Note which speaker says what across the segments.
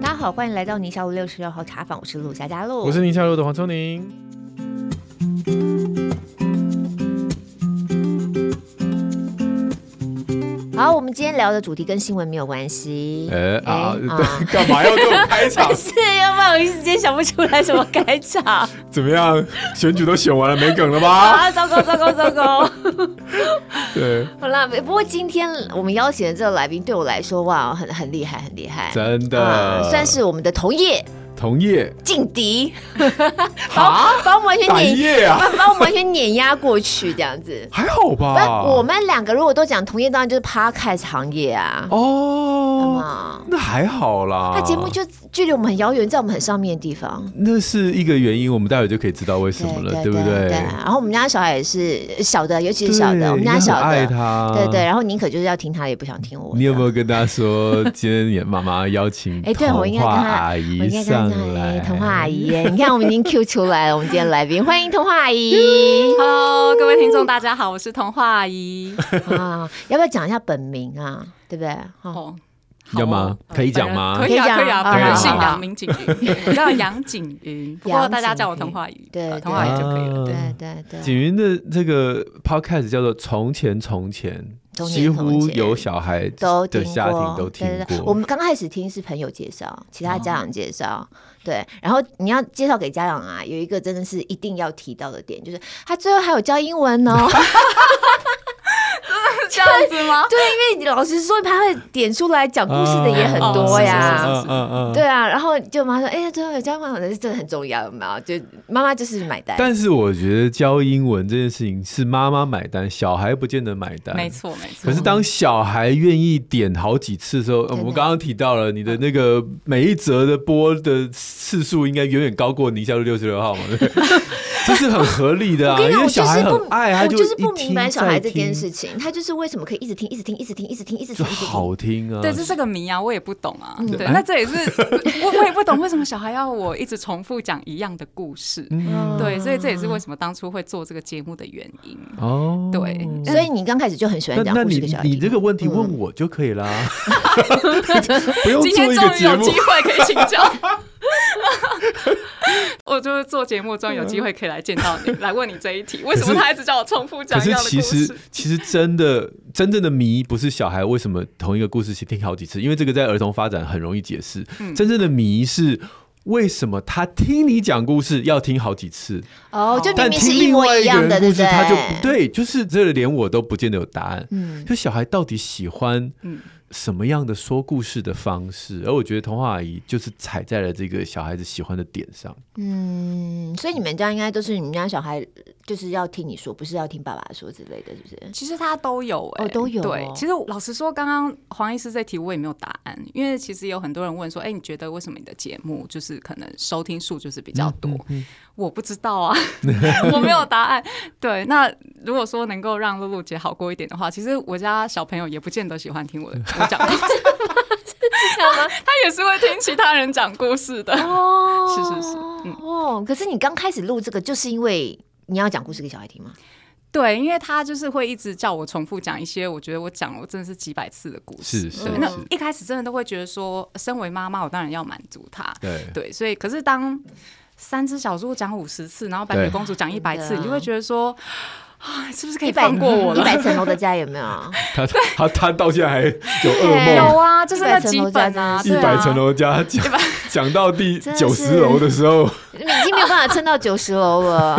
Speaker 1: 大家好，欢迎来到宁夏路六十六号茶坊，我是陆霞佳露，
Speaker 2: 我是宁夏路的黄秋宁。
Speaker 1: 好，我们今天聊的主题跟新闻没有关系。
Speaker 2: 呃啊，
Speaker 1: 哎
Speaker 2: 对 干嘛要这种开场
Speaker 1: 但？ 是要不然我一时间想不出来什么开场
Speaker 2: 怎么样？选举都选完了，没梗了 吧？
Speaker 1: 啊！糟糕，糟糕，糟糕！
Speaker 2: 对，
Speaker 1: 好啦，不过今天我们邀请的这个来宾对我来说，哇，很很厉害，很厉害，
Speaker 2: 真
Speaker 1: 啊
Speaker 2: 的，
Speaker 1: 算是我们的同业
Speaker 2: 同业
Speaker 1: 劲敌，
Speaker 2: 啊，
Speaker 1: 把我们完全
Speaker 2: 打
Speaker 1: 碾，
Speaker 2: 业啊，
Speaker 1: 把把我们完全碾压过去，这样 子。
Speaker 2: 还好
Speaker 1: 不然
Speaker 2: 吧？
Speaker 1: 我们两个如果都讲同业，当然就是 podcast 行业啊，好
Speaker 2: 哦，
Speaker 1: 吗？
Speaker 2: 那还好啦。
Speaker 1: 那节目就距离我们很遥远，在我们很上面的地方。
Speaker 2: 那是一个原因，我们待会就可以知道为什么了，不
Speaker 1: 对
Speaker 2: 对？
Speaker 1: 然后我们家小孩也是小的，尤其是
Speaker 2: 对
Speaker 1: 小的，我们家
Speaker 2: 你很
Speaker 1: 小
Speaker 2: 爱
Speaker 1: 的，
Speaker 2: 他，
Speaker 1: 对对。。然后宁可就是要听他，也不想听我的。
Speaker 2: 啊你有没有跟他说，今天你妈妈邀请
Speaker 1: 哎对我应该
Speaker 2: 童
Speaker 1: 跟
Speaker 2: 话
Speaker 1: 他
Speaker 2: 阿
Speaker 1: 我
Speaker 2: 姨
Speaker 1: 应该跟他讲
Speaker 2: 上
Speaker 1: 哎
Speaker 2: 来？
Speaker 1: 童话阿姨 耶，你看我们已经 Q 出来了，我们今天来宾，欢迎童话阿姨
Speaker 3: Hello，各位听众，大家好，我是童话阿姨。
Speaker 1: 啊！要不要讲一下本名啊？对不对？哦，
Speaker 3: 哦，
Speaker 2: 要吗
Speaker 3: 好哦
Speaker 2: 可以讲吗
Speaker 3: 可以啊，
Speaker 1: 可
Speaker 3: 可
Speaker 1: 以
Speaker 3: 以
Speaker 1: 讲
Speaker 3: 啊，本人姓
Speaker 2: 好好
Speaker 3: 杨，名景云， 我叫杨景云，不过大家叫我童话姨，
Speaker 1: 对对
Speaker 3: 呃童话姨就可以了。
Speaker 2: 啊
Speaker 1: 对对对，
Speaker 2: 景云的这个 podcast 叫做《从前从前》，
Speaker 1: 从前
Speaker 2: 几乎
Speaker 1: 从前
Speaker 2: 有小孩
Speaker 1: 都听
Speaker 2: 的
Speaker 1: 过，
Speaker 2: 家庭都听
Speaker 1: 对对对，我
Speaker 2: 过。哦
Speaker 1: 们刚开始听是朋友介绍，其他家长介绍，对。然后你要介绍给家长啊，有一个真的是一定要提到的点，就是他最后还有教英文 哦。
Speaker 3: 是 这样子吗？
Speaker 1: 对，因为你老实说，他会点出来讲故事的也很多呀。
Speaker 2: 嗯嗯嗯。
Speaker 1: 对啊，然后就妈说，哎、呀，最后有教英文，这真的很重要，有没有？就妈妈就是买单，
Speaker 2: 但是我觉得教英文这件事情是妈妈买单，小孩不见得买单。
Speaker 3: 没。错，没错
Speaker 2: 可。是当小孩愿意点好几次的时候，呃
Speaker 1: 真的
Speaker 2: 我们刚刚提到了你的那个每一则的播的次数应该远远高过宁夏路六十六号嘛，对 不对？这是很合理的
Speaker 1: 我
Speaker 2: 啊，
Speaker 1: 跟你讲，
Speaker 2: 因为
Speaker 1: 我
Speaker 2: 小
Speaker 1: 就
Speaker 2: 孩
Speaker 1: 是
Speaker 2: 很
Speaker 1: 不，
Speaker 2: 爱，他
Speaker 1: 我就是
Speaker 2: 一
Speaker 1: 不明
Speaker 2: 听
Speaker 1: 白
Speaker 2: 再
Speaker 1: 小孩这件
Speaker 2: 听
Speaker 1: 事情，他就是为什么可以一直听、一直听、一直听、一直听、一直
Speaker 2: 就
Speaker 1: 听、一直听。
Speaker 2: 好听啊，
Speaker 3: 对，这是个谜啊，我也不懂啊。对，
Speaker 2: 哎
Speaker 3: 那这也是 我我也不懂为什么小孩要我一直重复讲一样的故事。
Speaker 1: 嗯
Speaker 3: 对，所以这也是为什么当初会做这个节目的原因。
Speaker 2: 哦，
Speaker 3: 对
Speaker 1: 所以你刚开始就很喜欢
Speaker 2: 那
Speaker 1: 讲
Speaker 2: 那
Speaker 1: 故
Speaker 2: 你
Speaker 1: 事给小孩听。嗯
Speaker 2: 你这个问题问我就可以啦， 不用
Speaker 3: 今
Speaker 2: 做一
Speaker 3: 天终
Speaker 2: 个
Speaker 3: 于
Speaker 2: 节
Speaker 3: 有
Speaker 2: 目
Speaker 3: 机。会可以请教。 我就是做节目，终于有机会可以来见到 你，来问你这一题：为什么他一直叫我重复
Speaker 2: 可
Speaker 3: 讲一
Speaker 2: 是
Speaker 3: 样的
Speaker 2: 其
Speaker 3: 故
Speaker 2: 实
Speaker 3: 事？
Speaker 2: 其实真的真正的迷不是小孩为什么同一个故事听好几次，因为这个在儿童发展很容易解释。
Speaker 3: 嗯
Speaker 2: 真正的迷是为什么他听你讲故事要听好几次，
Speaker 1: 哦，就明
Speaker 2: 但
Speaker 1: 明是
Speaker 2: 听
Speaker 1: 一
Speaker 2: 另
Speaker 1: 模
Speaker 2: 外
Speaker 1: 一
Speaker 2: 一个
Speaker 1: 样的，对
Speaker 2: 人故
Speaker 1: 不
Speaker 2: 事
Speaker 1: 对？
Speaker 2: 他就不对，就是这个连我都不见得有答案。
Speaker 1: 嗯，
Speaker 2: 就小孩到底喜欢
Speaker 3: 嗯
Speaker 2: 什么样的说故事的方式？而我觉得童话阿姨就是踩在了这个小孩子喜欢的点上。
Speaker 1: 嗯，所以你们家应该都是你们家小孩，就是要听你说，不是要听爸爸说之类的，是不是？
Speaker 3: 其实他都有、欸，
Speaker 1: 哦都有
Speaker 3: 对
Speaker 1: 哦，
Speaker 3: 其实老实说，刚刚黄医师这题我也没有答案，因为其实有很多人问
Speaker 1: 嗯
Speaker 3: 说，哎、你觉得为什么你的节目就是可能收听数就是比较多？
Speaker 1: 嗯
Speaker 3: 我不知道 啊，我没有答案。对，那如果说能够让露露姐好过一点的话，其实我家小朋友也不见得喜欢听我 的我讲故事，他也是会听其他人讲故事的。
Speaker 1: 哦
Speaker 3: 是是是嗯
Speaker 1: 哦。可是你刚开始录这个，就是因为你要讲故事给小孩听吗？
Speaker 3: 对，因为他就是会一直叫我重复讲一些我觉得我讲了真的是几百次的故事。
Speaker 2: 是是
Speaker 3: 嗯对那
Speaker 2: 是
Speaker 3: 一开始真的都会觉得说，身为妈妈，我当然要满足他。
Speaker 2: 对
Speaker 3: 对，所以可是当三只小猪讲五十次，然后白雪
Speaker 2: 对
Speaker 3: 公主讲一百次，
Speaker 1: 真的
Speaker 3: 你就会觉得说，啊，是不是可以
Speaker 1: 一百
Speaker 3: 放过我
Speaker 1: 一
Speaker 3: 了？
Speaker 1: 百层楼的家有没 有？
Speaker 2: 他他他到现在还有噩
Speaker 3: 有啊，就是那
Speaker 1: 100层
Speaker 3: 几
Speaker 1: 楼
Speaker 3: 本啊，
Speaker 2: 梦，一
Speaker 3: 对
Speaker 2: 百
Speaker 3: 啊
Speaker 2: 层。楼家 讲讲到第
Speaker 1: 真的
Speaker 2: 九
Speaker 1: 是
Speaker 2: 十楼的时候，
Speaker 1: 你已经没有办法撑到九十楼 了，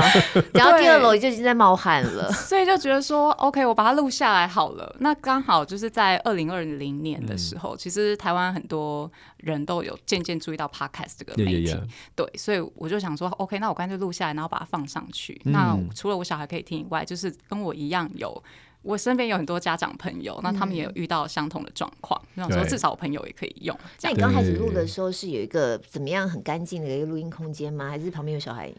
Speaker 1: 然后第二楼就已经在冒汗了。
Speaker 3: 所以就觉得说，OK，我把它录下来好了。那刚好就是在二零二零年的时
Speaker 2: 嗯
Speaker 3: 候，其实台湾很多人都有渐渐注意到 Podcast 这个媒体。对，所以我就想说，OK，那我干脆录下来，然后把它放上去。那
Speaker 2: 嗯
Speaker 3: 除了我小孩可以听以外，就是跟我一样有，我身边有很多家长朋友，那他们也有遇到相同的状况，那我想说
Speaker 2: 对
Speaker 3: 至少我朋友也可以用。
Speaker 1: 那
Speaker 3: 这样
Speaker 1: 你刚开始录的时候是有一个怎么样很干净的一个录音空间吗？还是旁边有小孩在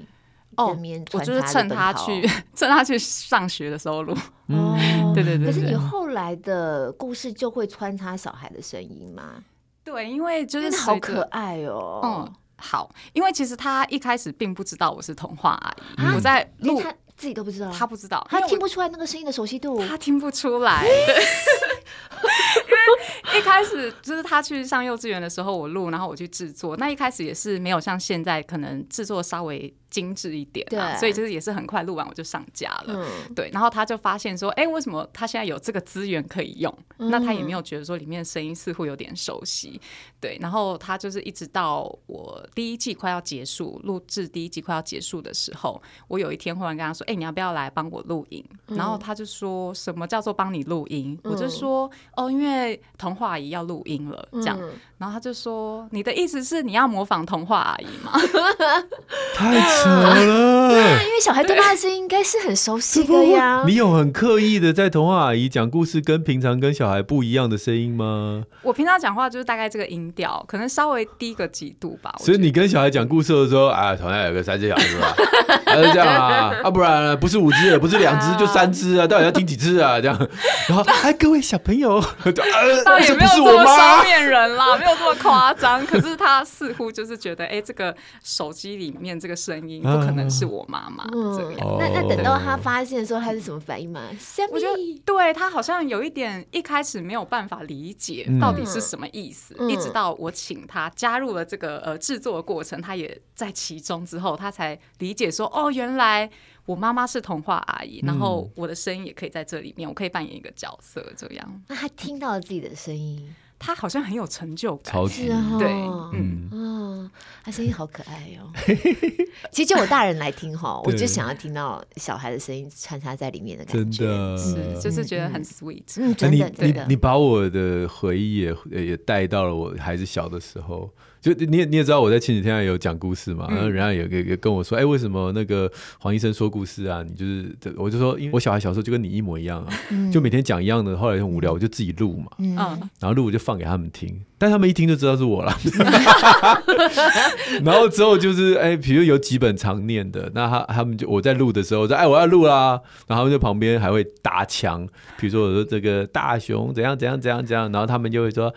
Speaker 1: 那边
Speaker 3: 哦我
Speaker 1: 穿插
Speaker 3: 就
Speaker 1: 着
Speaker 3: 是趁
Speaker 1: 奔
Speaker 3: 他
Speaker 1: 跑
Speaker 3: 去，趁他去上学的时候录。
Speaker 1: 哦，
Speaker 3: 嗯对对对
Speaker 1: 可是
Speaker 3: 对
Speaker 1: 你后来的故事就会穿插小孩的声音吗？
Speaker 3: 对，因为就
Speaker 1: 真
Speaker 3: 是
Speaker 1: 的好
Speaker 3: 随
Speaker 1: 可
Speaker 3: 着
Speaker 1: 爱哦。
Speaker 3: 嗯，好，因为其实他一开始并不知道我是童话阿姨，
Speaker 1: 啊
Speaker 2: 嗯
Speaker 3: 我在
Speaker 1: 连
Speaker 3: 录
Speaker 1: 他自己都不知道，
Speaker 3: 嗯他不知道，
Speaker 1: 他
Speaker 3: 因为 我
Speaker 1: 听不出来那个声音的熟悉度。
Speaker 3: 他听不出来，对，开始就是他去上幼稚园的时候，我录，然后我去制作。那一开始也是没有像现在可能制作稍微精致一点、啊，
Speaker 1: 对
Speaker 3: 所以就是也是很快录完我就上架了。
Speaker 1: 嗯，
Speaker 3: 对，然后他就发现说，哎、为什么他现在有这个资源可以用？那他也没有
Speaker 1: 嗯
Speaker 3: 觉得说里面的声音似乎有点熟悉，对。然后他就是一直到我第一季快要结束，录制第一季快要结束的时候，我有一天忽然跟他说，哎、你要不要来帮我录音？然后他就说什么叫做帮你录音？我就说，哦，因为童话阿姨要录音了，这样。然后他就说，你的意思是你要模仿童话阿姨吗？
Speaker 2: 太扯 了。
Speaker 1: 因为小孩对他的声音应该是很熟悉
Speaker 2: 不
Speaker 1: 的呀。
Speaker 2: 你有很刻意的在童话阿姨讲故事跟平常跟小孩不一样的声音吗？
Speaker 3: 我平常讲话就是大概这个音调，可能稍微低个几度吧。我
Speaker 2: 所以
Speaker 3: 觉得
Speaker 2: 你跟小孩讲故事的时候，啊，同样有个三只小猪啊， 还是这样啊，啊，不然呢不是五只，也不是两只，就三只啊，到底要听几次啊？这样，然后哎，各位小朋友，
Speaker 3: 倒
Speaker 2: 呃，
Speaker 3: 也
Speaker 2: 这
Speaker 3: 没
Speaker 2: 不
Speaker 3: 有
Speaker 2: 是
Speaker 3: 这
Speaker 2: 我
Speaker 3: 么
Speaker 2: 妈
Speaker 3: 双，面人啦，没有这么夸张。可是他似乎就是觉得，哎、这个手机里面这个声音
Speaker 2: 嗯
Speaker 3: 不可能是我妈妈、
Speaker 1: 嗯
Speaker 3: 这个样子。
Speaker 1: 那那等到
Speaker 3: 哦
Speaker 1: 他发现的时候，他是什么反应吗？虾
Speaker 3: 我觉得
Speaker 1: 米，
Speaker 3: 对他好像有一点一开始没有办法理解
Speaker 2: 嗯
Speaker 3: 到底是什么意思，
Speaker 1: 嗯
Speaker 3: 一直到我请他加入了这个呃制作的过程，他也在其中之后，他才理解说哦，原来我妈妈是童话阿姨，然
Speaker 2: 嗯
Speaker 3: 后我的声音也可以在这里面，我可以扮演一个角色这样。
Speaker 1: 那他听到了自己的声音，
Speaker 3: 他好像很有成就感，
Speaker 2: 超级
Speaker 1: 是啊，
Speaker 3: 对，嗯。
Speaker 2: 嗯，
Speaker 1: 嗯，他声音好可爱哟、 其实就我大人来听 哈，我
Speaker 2: 对
Speaker 1: 就想要听到小孩的声音穿插在里面的
Speaker 2: 真
Speaker 1: 感觉。
Speaker 2: 的
Speaker 3: 是，就是觉得很 sweet。
Speaker 1: 嗯，
Speaker 2: 哎
Speaker 1: 真的
Speaker 2: 你
Speaker 1: 真
Speaker 2: 你
Speaker 1: 的
Speaker 2: 你，把我的回忆也也带到了我孩子小的时候，就你也你也知道我在前几天也有讲故事
Speaker 1: 嗯
Speaker 2: 嘛，然后人家有个有跟我说，哎、为什么那个黄医生说故事啊？你就是我就说，因为我小孩小时候就跟你一模一样啊，
Speaker 1: 嗯
Speaker 2: 就每天讲一样的，后来很无聊，我就自己录嘛，
Speaker 3: 嗯，
Speaker 2: 然后录我就放给他们听，但他们一听就知道是我了。 然后之后就是哎，比如有几本常念的，那他他们就我在录的时候我说哎我要录啦，然后他们就旁边还会搭腔，比如说我说这个大熊怎样怎样怎样怎样，然后他们就会说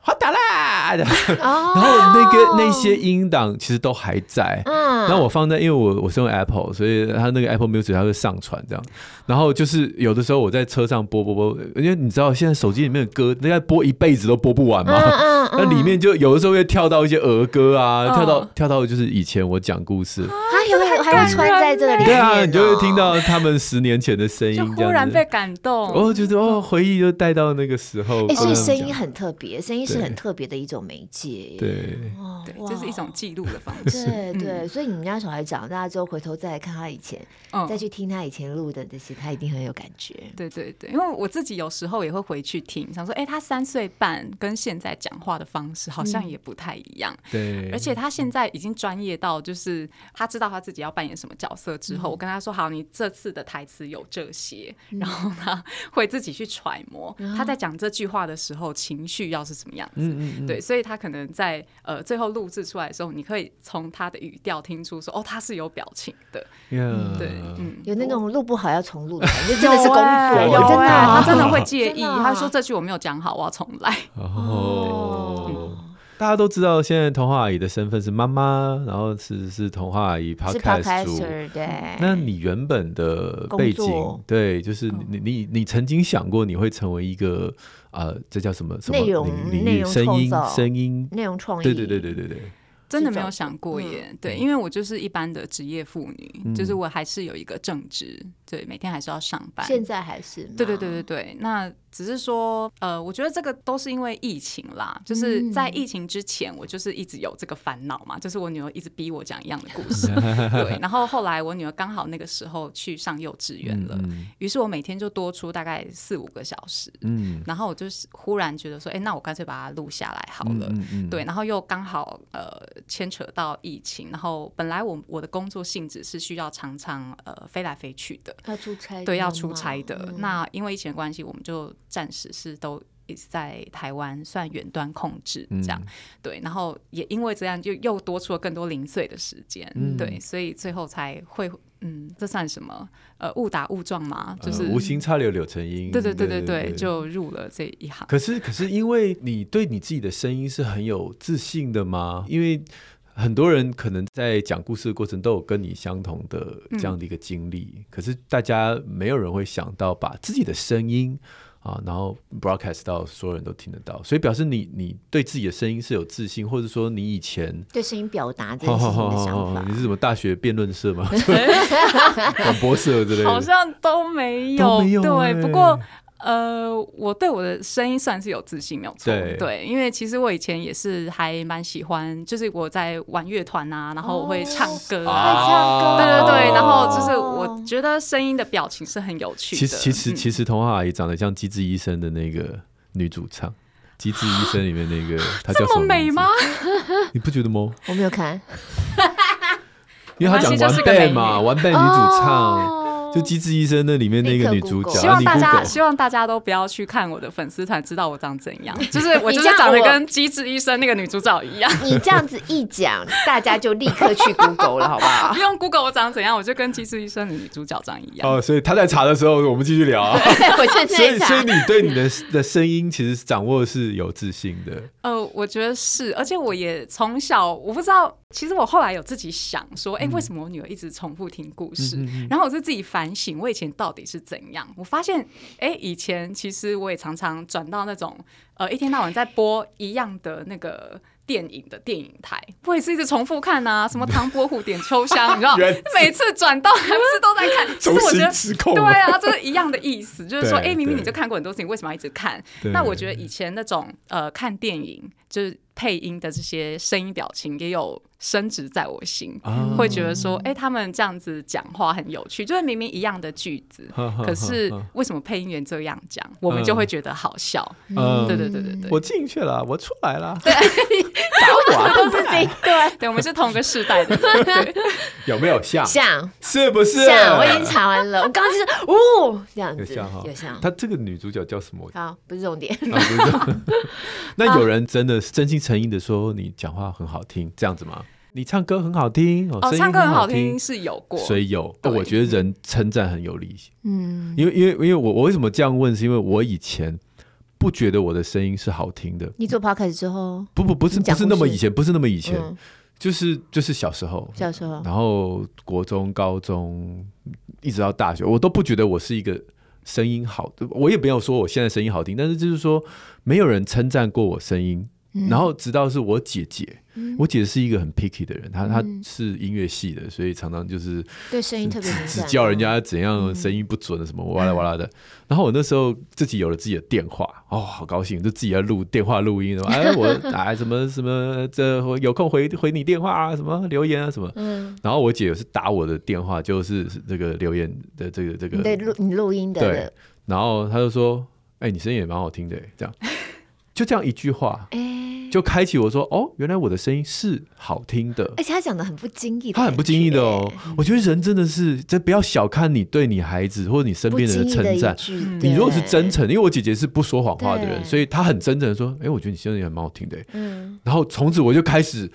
Speaker 2: 滑倒啦，然后
Speaker 1: 哦
Speaker 2: 那个那些音档其实都还在。
Speaker 1: 嗯，
Speaker 2: 然后我放在，因为我我是用 Apple，所以它那个 Apple Music 它会上传这样。然后就是有的时候我在车上播播播，因为你知道现在手机里面的歌，大概播一辈子都播不完嘛。
Speaker 1: 嗯
Speaker 2: 那里面就有的时候会跳到一些儿歌啊，
Speaker 3: 嗯
Speaker 2: 跳到跳到就是以前我讲故事，
Speaker 1: 还啊有还会穿在这个里面、哦
Speaker 2: 对啊，你就会听。到他们十年前的声音
Speaker 3: 就，
Speaker 2: 这
Speaker 3: 忽
Speaker 2: 样
Speaker 3: 然
Speaker 2: 子
Speaker 3: 被。感动。
Speaker 2: 哦，就是哦，回忆就带到那个时候。
Speaker 1: 哎、所以
Speaker 2: 这样
Speaker 1: 声音
Speaker 2: 讲
Speaker 1: 很特别，声音是
Speaker 2: 嗯对
Speaker 1: 很特别的一种媒介。，
Speaker 2: 对，
Speaker 1: 哦
Speaker 3: 对，
Speaker 1: 哇
Speaker 3: 这是一种嗯记录 的方式。
Speaker 1: 对对，所以你们家小孩长大之后，回头再来看他以前，
Speaker 3: 嗯
Speaker 1: 再，去听他以前录的这些，他一定很有感觉。
Speaker 3: 对对对，因为我自己有时候也会回去听，想说，哎，他三岁半跟现在讲话的方式好像也不太一样。
Speaker 2: 对，
Speaker 3: 而且他现在已经专业到，就是他知道他自己要扮演什么角色之后，我跟他说：“好，你这次的台词有这些。然后他会自己去揣摩，他在讲这句话的时候情绪要是什么样子。
Speaker 2: 嗯
Speaker 3: 对，所以他可能在呃最后录制出来的时候，你可以从他的语调听出说：“哦，他是有表情的。
Speaker 2: 呀
Speaker 3: 对，嗯。
Speaker 1: 有那种录不好要重录的感觉， 真的是功夫，
Speaker 3: 有
Speaker 2: 有
Speaker 1: 真的
Speaker 3: 欸
Speaker 1: 啊
Speaker 3: 他真的会介
Speaker 1: 真
Speaker 3: 意，
Speaker 1: 的啊
Speaker 3: 他说这句我没有讲好，我要重来。
Speaker 2: 哦。大家都知道，现在童话阿姨的身份是妈妈，然后是是童话阿姨
Speaker 1: 是
Speaker 2: podcast 主。
Speaker 1: podcaster 对。
Speaker 2: 那你原本的
Speaker 1: 工
Speaker 2: 背景
Speaker 1: 作，嗯
Speaker 2: 对，就是你你你曾经想过你会成为一个呃，这叫什么什么
Speaker 1: 内容
Speaker 2: 领领
Speaker 1: 内
Speaker 2: 域？
Speaker 1: 容
Speaker 2: 声
Speaker 1: 创
Speaker 2: 音
Speaker 1: 造
Speaker 2: 声音，
Speaker 1: 内容创意，
Speaker 2: 对对对对对对，
Speaker 3: 真的没
Speaker 1: 这
Speaker 3: 有
Speaker 1: 种
Speaker 3: 想过耶，对，
Speaker 1: 嗯
Speaker 3: 因为我就是一般的职业妇女，就是我还是有一个正职，对，每天还是要上班。
Speaker 1: 现在还是吗
Speaker 3: 对对对对对，那只是说，呃，我觉得这个都是因为疫情啦，就是
Speaker 1: 嗯
Speaker 3: 在疫情之前，我就是一直有这个烦恼嘛，就是我女儿一直逼我讲一样的故 事，对，然后后来我女儿刚好那个时候去上幼稚园
Speaker 1: 嗯
Speaker 3: 了，于是我每天就多出大概四五个小时，
Speaker 2: 嗯
Speaker 3: 然后我就是忽然觉得说，哎、那我干脆把它录下来好了，
Speaker 2: 嗯嗯，
Speaker 3: 对，然后又刚好呃牵扯到疫情，然后本来我我的工作性质是需要常常呃飞来飞去的，
Speaker 1: 要出差的吗，
Speaker 3: 对，要出差的。
Speaker 1: 哎嗯
Speaker 3: 那因为疫情的关系，我们就暂时是都一直在台湾算远端控制
Speaker 2: 嗯
Speaker 3: 这样，对，然后也因为这样就又多出了更多零碎的时间，
Speaker 2: 嗯
Speaker 3: 对，所以最后才会嗯，这算什么？呃，误打误撞嘛，
Speaker 2: 呃
Speaker 3: 就是、
Speaker 2: 无心插柳柳成荫，
Speaker 3: 对对对对对，就入了这一行。
Speaker 2: 可是，可是，因为你对你自己的声音是很有自信的吗？因为很多人可能在讲故事的过程都有跟你相同的这样的一个经历，可是大家没有人会想到把自己的声音啊，然后 broadcast 到所有人都听得到，所以表示你你对自己的声音是有自信，或者说你以前。
Speaker 1: 对声音表达这件事情的想法
Speaker 2: 你。是什么大学辩论社 吗？广播社之类
Speaker 3: 好
Speaker 2: 的。
Speaker 3: 像都没有，
Speaker 2: 都没有欸
Speaker 3: 对，不过。呃，我对我的声音算是有自信，没有错。
Speaker 2: 对
Speaker 3: 因为其实我以前也是还蛮喜欢，就是我在玩乐团啊，然后我会唱歌
Speaker 1: 会
Speaker 3: 啊，
Speaker 1: 唱歌
Speaker 3: 对对对，
Speaker 2: 哦
Speaker 3: 然后就是我觉得声音的表情是很有趣的。
Speaker 2: 其实其实
Speaker 3: 嗯
Speaker 2: 其实，童话阿姨长得像《机智医生》的那个女主唱，《机智医生》里面 那个她叫
Speaker 3: 这
Speaker 2: 什
Speaker 3: 么
Speaker 2: 么
Speaker 3: 美
Speaker 2: 名字
Speaker 3: 吗？？
Speaker 2: 你不觉得吗？
Speaker 1: 我没有看，
Speaker 2: 因为她讲完
Speaker 3: 没关系就是个
Speaker 2: 贝
Speaker 3: 美
Speaker 2: 嘛，
Speaker 3: 女
Speaker 2: 完贝女主唱，
Speaker 1: 哦
Speaker 2: 就《机智医生》那里面那
Speaker 1: 立
Speaker 2: 个
Speaker 1: 刻
Speaker 2: 女主
Speaker 1: Google
Speaker 2: 角，
Speaker 3: 希望
Speaker 2: 啊你
Speaker 3: 大家
Speaker 2: Google
Speaker 3: 希望大家都不要去看我的粉丝团，知道我长怎 样。就是我
Speaker 1: 你这
Speaker 3: 就是
Speaker 1: 样
Speaker 3: 长得
Speaker 1: 我
Speaker 3: 跟《机智医生》那个女主角一样，
Speaker 1: 你这样子一讲， 大家就立刻去 Google 了，好不好
Speaker 3: 不？用 Google 我长怎样，我就跟《机智医生》的女主角长一样。
Speaker 2: 哦，所以她在查的时候，我们继续聊啊。
Speaker 1: 我现
Speaker 2: 所
Speaker 1: 在
Speaker 2: 以，所以
Speaker 1: 想，
Speaker 2: 你对你的的声音其实掌握是有自信的，
Speaker 3: 呃，我觉得是，而且我也从小我不知道，其实我后来有自己想说，哎、为什么我女儿一直重复听故事？然后我就自己反省，我以前到底是怎样？我发现，哎、以前其实我也常常转到那种呃一天到晚在播一样的那个。电影的电影台，我也是一直重复看啊，什么《唐伯虎点秋香》，你知道
Speaker 2: 原来，
Speaker 3: 每次转到还不是都在看。 其
Speaker 2: 重
Speaker 3: 实我觉
Speaker 2: 新
Speaker 3: 得
Speaker 2: 失控
Speaker 3: 对
Speaker 2: 了。
Speaker 3: 啊，就是一样的意思，就是说，
Speaker 2: 对
Speaker 3: 哎、明明你
Speaker 2: 对
Speaker 3: 就看过很多事情，为什么要一直看？
Speaker 2: 对
Speaker 3: 那我觉得以前那种呃看电影就是配音的这些声音表情也有升值在我心，
Speaker 2: 啊
Speaker 3: 会觉得说，哎、他们这样子讲话很有趣，就是明明一样的句子，可是为什么配音员这样讲，我们就会觉得好笑。
Speaker 2: 嗯
Speaker 3: 对对对对对，
Speaker 2: 我进去了，我出来了，
Speaker 1: 我都是 这一段。
Speaker 3: 对我们是同个世代的人，对
Speaker 2: 有没有像？
Speaker 1: 像
Speaker 2: 是不是？
Speaker 1: 像，我已经查完了，我刚刚就是哦，这样
Speaker 2: 有
Speaker 1: 子
Speaker 2: 像哈，
Speaker 1: 有像。
Speaker 2: 她这个女主角叫什么？啊
Speaker 1: 好，不是重点。
Speaker 2: 不知道那有人真的真心诚意的说你讲话很好听，这样子吗？你唱歌很好听，哦，
Speaker 3: 哦，
Speaker 2: 声音
Speaker 3: 唱歌很好
Speaker 2: 听
Speaker 3: 听，是有过，
Speaker 2: 所以有。但
Speaker 3: 对
Speaker 2: 我觉得人称赞很有力，
Speaker 1: 嗯，
Speaker 2: 因为因为因为我我为什么这样问，是因为我以前不觉得我的声音是好听的，
Speaker 1: 你做 podcast 之后，
Speaker 2: 不不不是
Speaker 1: 你
Speaker 2: 不
Speaker 1: 讲
Speaker 2: 是那么
Speaker 1: 故事
Speaker 2: 以前，不是那么以前，
Speaker 1: 嗯，
Speaker 2: 就是就是小时候，
Speaker 1: 小时候
Speaker 2: 然后国中、高中一直到大学，我都不觉得我是一个声音好，我也没有说我现在声音好听，但是就是说没有人称赞过我声音。
Speaker 1: 嗯
Speaker 2: 然后直到是我姐姐，我姐是一个很 picky 的人，她她是音乐系的，所以常常就是
Speaker 1: 对声嗯 音特别敏感，嗯
Speaker 2: 指教人家怎样声音不准的什么哇啦哇啦的。然后我那时候自己有了自己的电话，哦，好高兴，就自己要录电话录音什么，哎，我哎什么什么，这有空回回你电话啊，什么留言啊什么。
Speaker 1: 嗯。
Speaker 2: 然后我姐是打我的电话，就是这个留言的这个这
Speaker 1: 你
Speaker 2: 个
Speaker 1: 对录你录音
Speaker 2: 对
Speaker 1: 的，，
Speaker 2: 然后她就说，哎，你声音也蛮好听的，这样，就这样一句话
Speaker 1: 哎，
Speaker 2: 就开启我说，哦，原来我的声音是好听的。
Speaker 1: 而且他讲的很不经意，
Speaker 2: 他很不经意的哦，，我觉得人真的是，真不要小看你对你孩子或者你身
Speaker 1: 不
Speaker 2: 边
Speaker 1: 经
Speaker 2: 人
Speaker 1: 意的
Speaker 2: 称
Speaker 1: 一
Speaker 2: 赞。
Speaker 3: 嗯
Speaker 1: 句，
Speaker 2: 你如果是
Speaker 1: 对
Speaker 2: 真，诚，因为我姐姐是不说谎话的人，
Speaker 1: 对
Speaker 2: 所以她很真诚的说：“哎、我觉得你现在也蛮好听的、欸。
Speaker 1: 嗯，
Speaker 2: 然后从此我就开始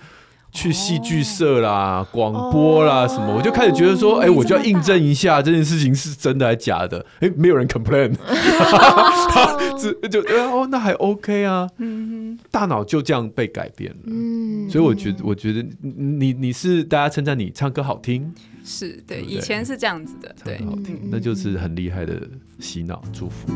Speaker 2: 去戏剧社啦、广、播啦什么，我就开始觉得说：“哎、
Speaker 3: 哦你
Speaker 2: 我
Speaker 3: 这
Speaker 2: 就要
Speaker 3: 么
Speaker 2: 印
Speaker 3: 大
Speaker 2: 证一下这件事情是真的还是假的。哎，没有人 complain，这
Speaker 1: 哦
Speaker 2: 就呃哦，那还 OK 啊。
Speaker 3: 嗯
Speaker 2: 大脑就这样被改变了。
Speaker 1: 嗯
Speaker 2: 所以我觉得，我觉得你你你是大家称赞你唱歌好听，
Speaker 3: 哼，是对，
Speaker 2: 对不对
Speaker 3: 以前是这样子的，对
Speaker 2: 唱歌。好听，
Speaker 3: 嗯
Speaker 2: 那就是很厉害的洗脑祝福。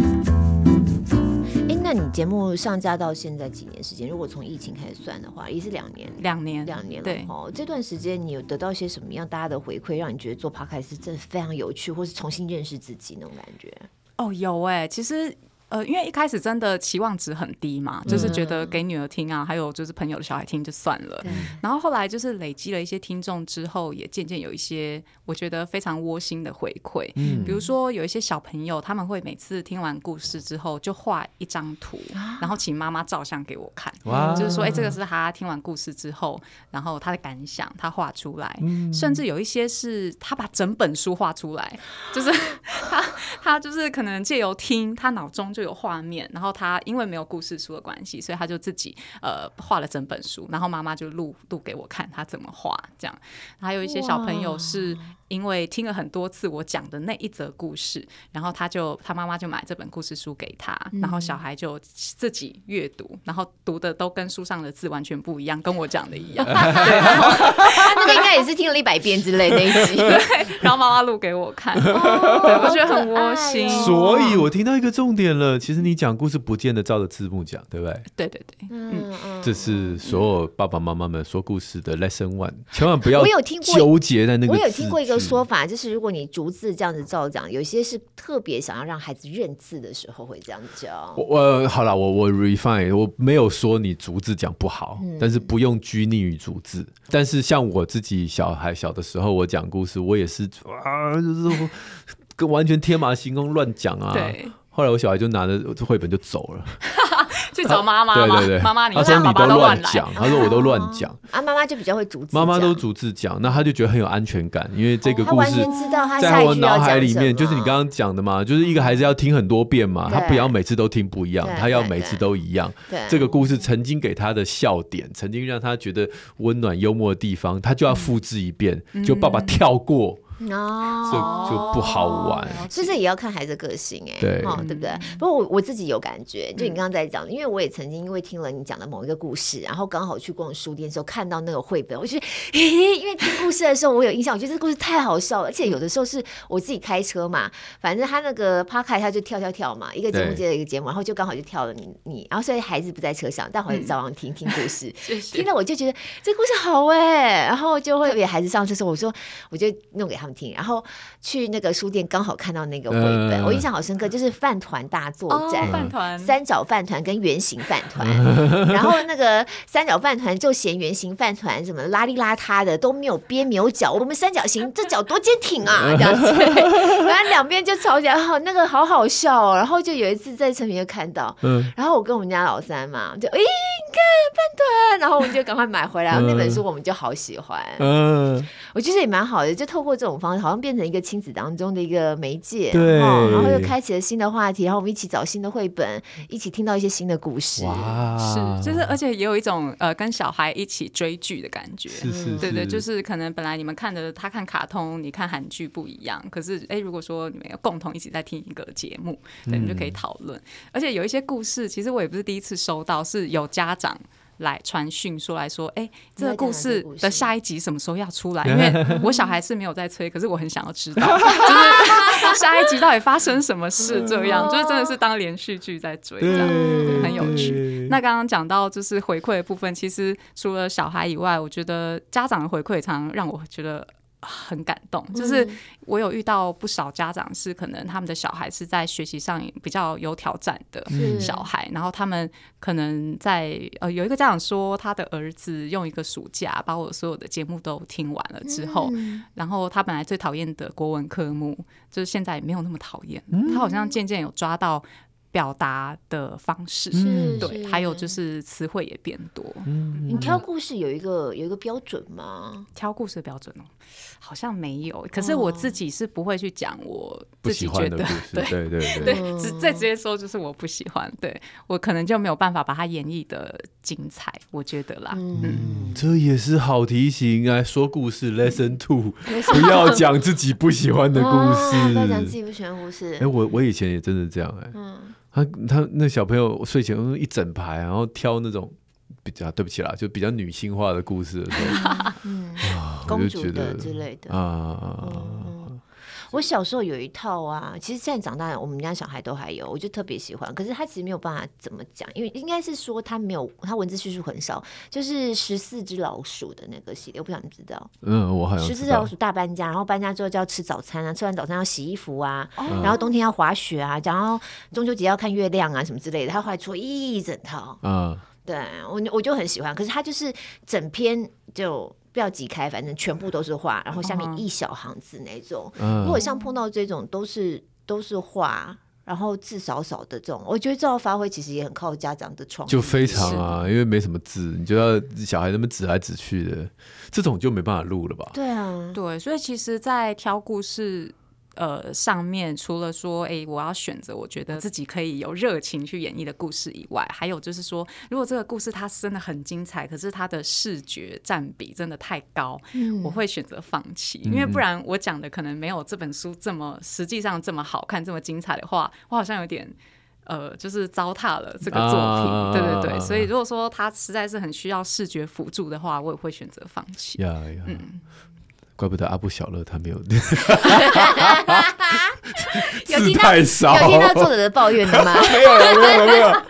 Speaker 1: 哎，那你节目上架到现在几年时间？如果从疫情开始算的话，也是两年，
Speaker 3: 两年，
Speaker 1: 两年了
Speaker 3: 对，
Speaker 1: 哦。这段时间你有得到一些什么样大家的回馈，让你觉得做 podcast 真的非常有趣，或是重新认识自己那种感觉？
Speaker 3: 哦，有哎、其实。呃，因为一开始真的期望值很低嘛，就是觉得给女儿听啊，还有就是朋友的小孩听就算了。然后后来就是累积了一些听众之后，也渐渐有一些我觉得非常窝心的回馈。比如说有一些小朋友，他们会每次听完故事之后就画一张图，然后请妈妈照相给我看。
Speaker 2: 哇
Speaker 3: 就是说，哎、这个是他听完故事之后，然后他的感想，他画出来，甚至有一些是他把整本书画出来，就是 他他就是可能借由听，他脑中就有画面，然后他因为没有故事书的关系，所以他就自己呃画了整本书，然后妈妈就录录给我看他怎么画，这样，还有一些小朋友是。因为听了很多次我讲的那一则故事，然后他就他妈妈就买这本故事书给他，然后小
Speaker 1: 嗯
Speaker 3: 孩就自己阅读，然后读的都跟书上的字完全不一样，跟我讲的 一样。
Speaker 1: 他那个应该也是听了一百遍之类那一集。
Speaker 3: 对，然后妈妈录给我 看， 对我觉得很窝心
Speaker 1: 好可爱哦
Speaker 2: 所以我听到一个重点了，其实你讲故事不见得照着字幕讲，对不对？
Speaker 3: 对对对，
Speaker 1: 嗯嗯，
Speaker 2: 这是所有爸爸妈妈们说故事的 lesson one，千万不要
Speaker 1: 我有听过
Speaker 2: 纠结在那个
Speaker 1: 我
Speaker 2: 字句。
Speaker 1: 有听过一个说法，就是如果你逐字这样子照讲，有些是特别想要让孩子认字的时候会这样教。
Speaker 2: 我，我好了，我我 refine，我没有说你逐字讲不好，
Speaker 1: 嗯
Speaker 2: 但是不用拘泥于逐字。但是像我自己小孩小的时候，我讲故事，我也是啊，就是我跟完全天马行空乱讲啊。
Speaker 3: 对。
Speaker 2: 后来我小孩就拿着绘本就走了，
Speaker 3: 去找妈妈
Speaker 2: 对
Speaker 3: 嘛
Speaker 2: 对对，，
Speaker 3: 妈妈，你
Speaker 2: 他说
Speaker 3: 看
Speaker 2: 你
Speaker 3: 爸爸都
Speaker 2: 乱
Speaker 3: 来，
Speaker 2: 讲，他说我都乱讲，
Speaker 1: 啊，妈妈就比较会逐字讲，哦
Speaker 2: 妈妈都逐字讲，那他就觉得很有安全感，因为这个
Speaker 1: 她
Speaker 2: 故
Speaker 1: 完
Speaker 2: 事
Speaker 1: 全知道他下
Speaker 2: 在
Speaker 1: 一
Speaker 2: 我
Speaker 1: 句要
Speaker 2: 脑
Speaker 1: 讲
Speaker 2: 海里
Speaker 1: 什
Speaker 2: 面，就是你
Speaker 1: 么
Speaker 2: 刚刚讲的嘛，就是一个孩子要听很多遍嘛，他
Speaker 1: 对
Speaker 2: 不要每次都听不一样
Speaker 1: 对，
Speaker 2: 他要
Speaker 1: 对
Speaker 2: 每次
Speaker 1: 对
Speaker 2: 都一样。
Speaker 1: 对哦
Speaker 2: 这个故事曾经给他的笑点，曾经让他觉得温暖幽默的地方，他就要复制一遍，就爸爸跳过，
Speaker 1: 哦，
Speaker 2: 这就不好玩。
Speaker 1: 所以这也要看孩子的个性哎、
Speaker 2: 对
Speaker 1: 哦，对不对？不过我我自己有感觉，就你刚刚在讲，因为我也曾经因为听了你讲的某一个故事，然后刚好去逛书店的时候看到那个绘本，我就觉得，诶，因为听故事的时候我有印象，我觉得这故事太好笑了，而且有的时候是我自己开车嘛，反正他那个趴开他就跳跳跳嘛，一个节目
Speaker 2: 对
Speaker 1: 接着一个节目，然后就刚好就跳了你你，然后所以孩子不在车上，但我还是照样听、听故事，
Speaker 3: 谢谢
Speaker 1: 听了我就觉得这故事好哎、然后就会给孩子上厕所，我说我就弄给他们听，然后去那个书店刚好看到那个绘本，
Speaker 2: 嗯
Speaker 1: 我印象好深刻，就是饭团大作
Speaker 3: 哦
Speaker 1: 战。
Speaker 3: 饭团
Speaker 1: 三角饭团跟圆形饭团，然后那个三角饭团就嫌圆形饭团什么邋里邋遢的都没有边没有角，我们三角形这角多坚挺啊，这样子， 反正两边就吵起来，好那个好好笑哦。然后就有一次在成品就看到，
Speaker 2: 嗯，
Speaker 1: 然后我跟我们家老三嘛，就诶，你看饭团，然后我们就赶快买回来，然后那本书我们就好喜欢。
Speaker 2: 嗯，
Speaker 1: 我觉得也蛮好的，就透过这种方式，好像变成一个亲子当中的一个媒介，
Speaker 2: 对
Speaker 1: 哦然后又开启了新的话题，然后我们一起找新的绘本，一起听到一些新的故事。
Speaker 2: 哇，
Speaker 3: 是，就是而且也有一种呃跟小孩一起追剧的感觉。
Speaker 2: 是是，
Speaker 3: 对对，就是可能本来你们看的他看卡通，你看韩剧不一样，可是哎，如果说你们要共同一起在听一个节目，对，你们就可以讨论。嗯而且有一些故事，其实我也不是第一次收到，是有家长。来传讯说来说，哎，这个故事的下一集什么时候要出 来？因为我小孩是没有在催，可是我很想要知道，就是下一集到底发生什么事？这样就是真的是当连续剧在追，这样嗯对很有趣。
Speaker 2: 趣
Speaker 3: 那刚刚讲到就是回馈的部分，其实除了小孩以外，我觉得家长的回馈常让我觉得。很感动，就是我有遇到不少家长是可能他们的小孩是在学习上比较有挑战的
Speaker 1: 是
Speaker 3: 小孩，然后他们可能在呃有一个家长说他的儿子用一个暑假把我所有的节目都听完了之后，
Speaker 1: 嗯
Speaker 3: 然后他本来最讨厌的国文科目，就是现在也没有那么讨厌，他好像渐渐有抓到表达的方式，
Speaker 1: 是
Speaker 3: 嗯对，还有就是词汇也变多。
Speaker 2: 嗯
Speaker 1: 你挑故事有一个有一个标准吗？
Speaker 3: 挑故事的标准哦，好像没有。可是我自己是不会去讲我
Speaker 2: 不
Speaker 3: 自
Speaker 2: 喜
Speaker 3: 己觉
Speaker 2: 欢的
Speaker 3: 得
Speaker 2: 故，事，
Speaker 3: 对
Speaker 2: 对对
Speaker 3: 对
Speaker 2: 对，，
Speaker 3: 直再直接说就是我不喜欢，对我可能就没有办法把它演绎的精彩，我觉得啦。
Speaker 2: 嗯这也是好提醒啊！说故事 lesson
Speaker 1: 嗯
Speaker 2: two，不要讲自己不喜欢的故
Speaker 1: 啊不要讲自
Speaker 2: 事。
Speaker 1: 己不喜欢的故事
Speaker 2: 哎，。我我以前也真的这样哎，
Speaker 1: 嗯，
Speaker 2: 他他那小朋友睡前一整排，然后挑那种比较对不起啦，就比较女性化的故事的时候， 啊我
Speaker 1: 嗯公
Speaker 2: 就
Speaker 1: 主
Speaker 2: 觉
Speaker 1: 的
Speaker 2: 得
Speaker 1: 之类的。嗯
Speaker 2: 啊，
Speaker 1: 哦我小时候有一套啊，其实现在长大了，我们家小孩都还有，我就特别喜欢。可是他其实没有办法怎么讲，因为应该是说他没有，他文字叙述很少，就是十四只老鼠的那个系列，我不想知道。
Speaker 2: 嗯，我好像
Speaker 1: 十四
Speaker 2: 知
Speaker 1: 只老
Speaker 2: 道，
Speaker 1: 鼠大搬家，然后搬家之后就要吃早餐啊，吃完早餐要洗衣服啊，然后冬天要滑雪啊，然后中秋节要看月亮啊什么之类的。他后来出一整套，
Speaker 2: 啊，
Speaker 1: 对我我就很喜欢。可是他就是整篇就。不要挤开，反正全部都是画，然后下面一小行字那种。
Speaker 2: 嗯
Speaker 1: 如果像碰到这种都是都是画，然后字少少的这种，我觉得这种发挥其实也很靠家长的创意，
Speaker 2: 就非常啊，因为没什么字，你就要小孩那么指来指去的，这种就没办法录了吧？
Speaker 1: 对啊，
Speaker 3: 对，所以其实，在挑故事。呃上面，除了说，哎、我要选择我觉得自己可以有热情去演绎的故事以外，还有就是说，如果这个故事它真的很精彩，可是它的视觉占比真的太高，我会选择放弃，因为
Speaker 2: 嗯
Speaker 3: 不然我讲的可能没有这本书这么实际上这么好看、这么精彩的话，我好像有点。呃，就是糟蹋了这个作品，
Speaker 2: 啊
Speaker 3: 对对对，所以如果说它实在是很需要视觉辅助的话，我也会选择放弃。
Speaker 2: 呀呀，
Speaker 1: 嗯
Speaker 2: 怪不得阿布小乐他 没有
Speaker 1: 有
Speaker 2: 字
Speaker 1: 听到
Speaker 2: 太少，
Speaker 1: 有听到作者的抱怨的吗？
Speaker 2: 没有了，没有了，没有了。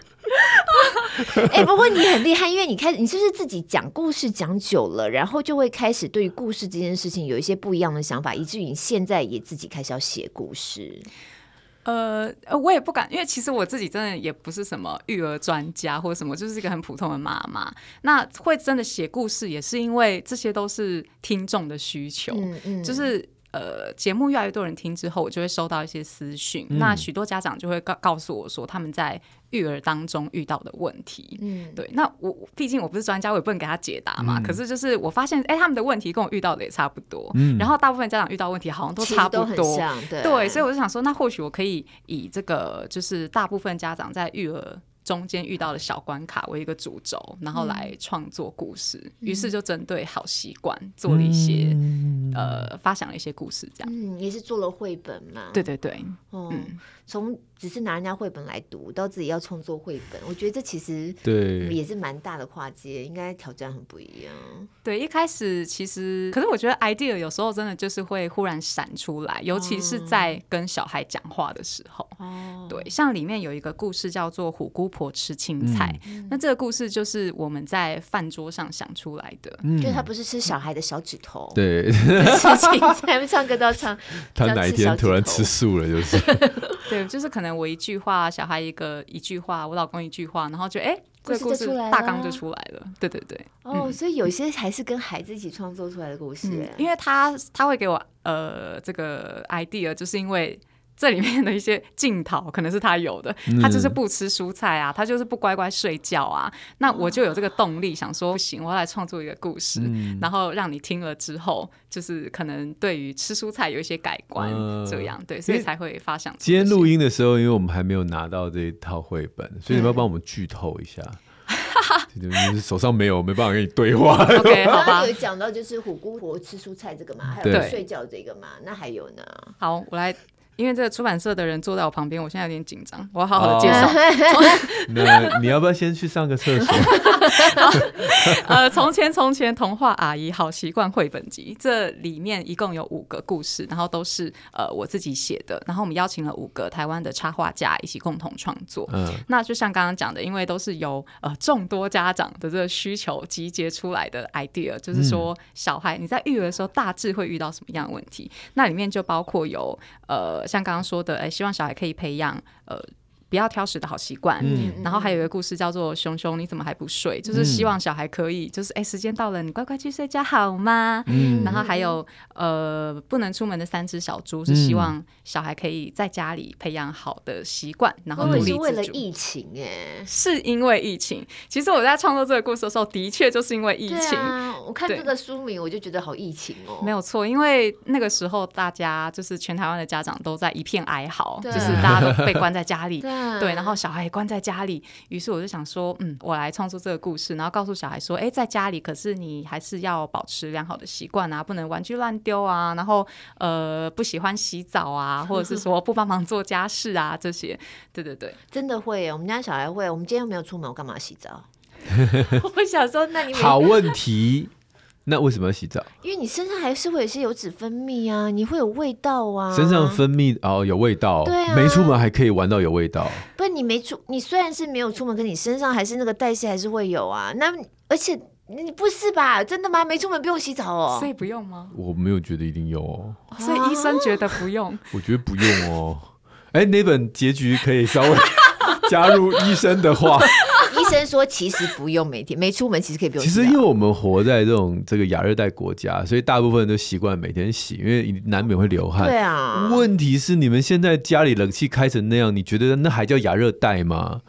Speaker 1: 哎、不过你很厉害，因为你开始，你是不是自己讲故事讲久了，然后就会开始对于故事这件事情有一些不一样的想法，以至于你现在也自己开始要写故事。
Speaker 3: 呃呃，我也不敢，因为其实我自己真的也不是什么育儿专家或者什么，就是一个很普通的妈妈。那会真的写故事，也是因为这些都是听众的需求，
Speaker 1: 嗯嗯，
Speaker 3: 就是。呃，节目越来越多人听之后，我就会收到一些私讯。那许多家长就会告告诉我说，他们在育儿当中遇到的问题。
Speaker 1: 嗯
Speaker 3: 对，那我我毕竟我不是专家，我也不能给他解答嘛。可是就是我发现，哎、他们的问题跟我遇到的也差不多。然后大部分家长遇到问题好像都
Speaker 1: 其实
Speaker 3: 差不
Speaker 1: 很
Speaker 3: 多。
Speaker 1: 像，对
Speaker 3: 对，所以
Speaker 1: 以
Speaker 3: 我就想说，那或许我可以以这个就是大部分家长在育儿中间遇到的小关卡为一个主轴，然后来创作故事。于、是就针对好习惯做了一些、呃，发想了一些故事，这样。
Speaker 1: 嗯，也是做了绘本嘛。
Speaker 3: 对，对嗯对，
Speaker 1: 哦，从只是拿人家绘本来读，到自己要创作绘本，我觉得这其实嗯
Speaker 2: 对，
Speaker 1: 也是蛮大的跨界，应该挑战很不一样。
Speaker 3: 对，一开始其实，可是我觉得 idea 有时候真的就是会忽然闪出来，尤其是在跟小孩讲话的时候。
Speaker 1: 哦，
Speaker 3: 对，像里面有一个故事叫做《虎姑婆吃青菜》，那这个故事就是我们在饭桌上想出来的。
Speaker 1: 就是他不是吃小孩的小指头，
Speaker 2: 对，
Speaker 1: 吃青 菜，唱歌都要 唱。
Speaker 2: 他哪一天突然吃素了，就是
Speaker 3: 对，就是可能我一句话，小孩一个一句话，我老公一句话，然后就哎、这个
Speaker 1: 故
Speaker 3: 故
Speaker 1: 事就
Speaker 3: 事
Speaker 1: 出来
Speaker 3: 大纲就
Speaker 1: 啦
Speaker 3: 出来了。对对对，
Speaker 1: 哦，所以有些还是跟孩子一起创作出来的故事欸
Speaker 3: 嗯
Speaker 1: 耶，，
Speaker 3: 因为他他会给我呃这个 idea，就是因为。这里面的一些镜头可能是他有的，
Speaker 2: 嗯
Speaker 3: 他就是不吃蔬菜啊，他就是不乖乖睡觉啊。那我就有这个动力，想说不行，我要来创作一个故事，
Speaker 2: 嗯
Speaker 3: 然后让你听了之后，就是可能对于吃蔬菜有一些改观，
Speaker 2: 嗯
Speaker 3: 这样对，所
Speaker 2: 因
Speaker 3: 以
Speaker 2: 为
Speaker 3: 才会发想出
Speaker 2: 今天
Speaker 3: 这 些
Speaker 2: 录音的时候，因为我们还没有拿到这一套绘本，所以你们要帮我们剧透 一下。就是手上没有，没办法跟你对话。
Speaker 3: OK 好
Speaker 1: 刚
Speaker 3: 吧
Speaker 1: 刚有，讲到就是虎姑婆吃蔬菜这个嘛，还有
Speaker 2: 对
Speaker 1: 睡觉这个嘛，那还有呢？
Speaker 3: 好，我来，因为这个出版社的人坐在我旁边，我现在有点紧张，我要好好的介绍。
Speaker 2: 那你要不要先去上个厕所？
Speaker 3: 呃，从前从前童话阿姨好习惯绘本集，这里面一共有五个故事，然后都是呃我自己写的，然后我们邀请了五个台湾的插画家一起共同创作。
Speaker 2: 嗯，
Speaker 3: 那就像刚刚讲的，因为都是由呃众多家长的这个需求集结出来的 idea，就是说小孩你在育儿的时候大致会遇到什么样的问题？那里面就包括有呃像刚刚说的，哎、希望小孩可以培养呃。不要挑食的好习惯，然后还有一个故事叫做“熊熊你怎么还不睡”，就是希望小孩可以，就是哎、时间到了，你乖乖去睡觉好吗？
Speaker 2: 嗯
Speaker 1: 嗯
Speaker 3: 然后还有呃，不能出门的三只小猪，是希望小孩可以在家里培养好的习惯，然后
Speaker 1: 我
Speaker 3: 努
Speaker 1: 也是
Speaker 3: 力自主。
Speaker 1: 为了疫情哎，
Speaker 3: 是因为疫情。其实我在创作这个故事的时候，的确就是因为疫
Speaker 1: 对
Speaker 3: 情。
Speaker 1: 啊，我看
Speaker 3: 对
Speaker 1: 这个书名我就觉得好疫情哦，
Speaker 3: 没有错，因为那个时候大家就是全台湾的家长都在一片哀嚎，
Speaker 1: 对啊
Speaker 3: 就是大家都被关在家里，
Speaker 1: 对啊
Speaker 3: 对，然后小孩也关在家里，于是我就想说，嗯，我来创作这个故事，然后告诉小孩说，哎，在家里可是你还是要保持良好的习惯啊，不能玩具乱丢啊，然后呃不喜欢洗澡 啊，或者是说不帮忙做家事啊这些，对对对，
Speaker 1: 真的会耶，我们家小孩会，我们今天又没有出门，我干嘛洗澡？ 我想说，那你每
Speaker 2: 好问题。那为什么要洗澡？
Speaker 1: 因为你身上还是会有一些油脂分泌啊，你会有味道啊，
Speaker 2: 身上分泌哦，有味道。
Speaker 1: 对啊
Speaker 2: 没出门还可以玩到有味道。
Speaker 1: 不是你没出，你虽然是没有出门，可你身上还是那个代谢还是会有啊。那而且你不是吧？真的吗？没出门不用洗澡哦
Speaker 3: 所？以不用吗？
Speaker 2: 我没有觉得一定有哦，
Speaker 3: 所以医生觉得不用。
Speaker 2: 我觉得不用哦。 哎，那本结局可以稍微 加入医生的 话。
Speaker 1: 医生说其实不用，每天没出门其实可以不用
Speaker 2: 其
Speaker 1: 洗澡。
Speaker 2: 实因为我们活在这种这个亚热带国家，所以大部分人都习惯每天洗，因为难免会流汗。
Speaker 1: 对啊，
Speaker 2: 问题是你们现在家里冷气开成那样，你觉得那还叫亚热带吗？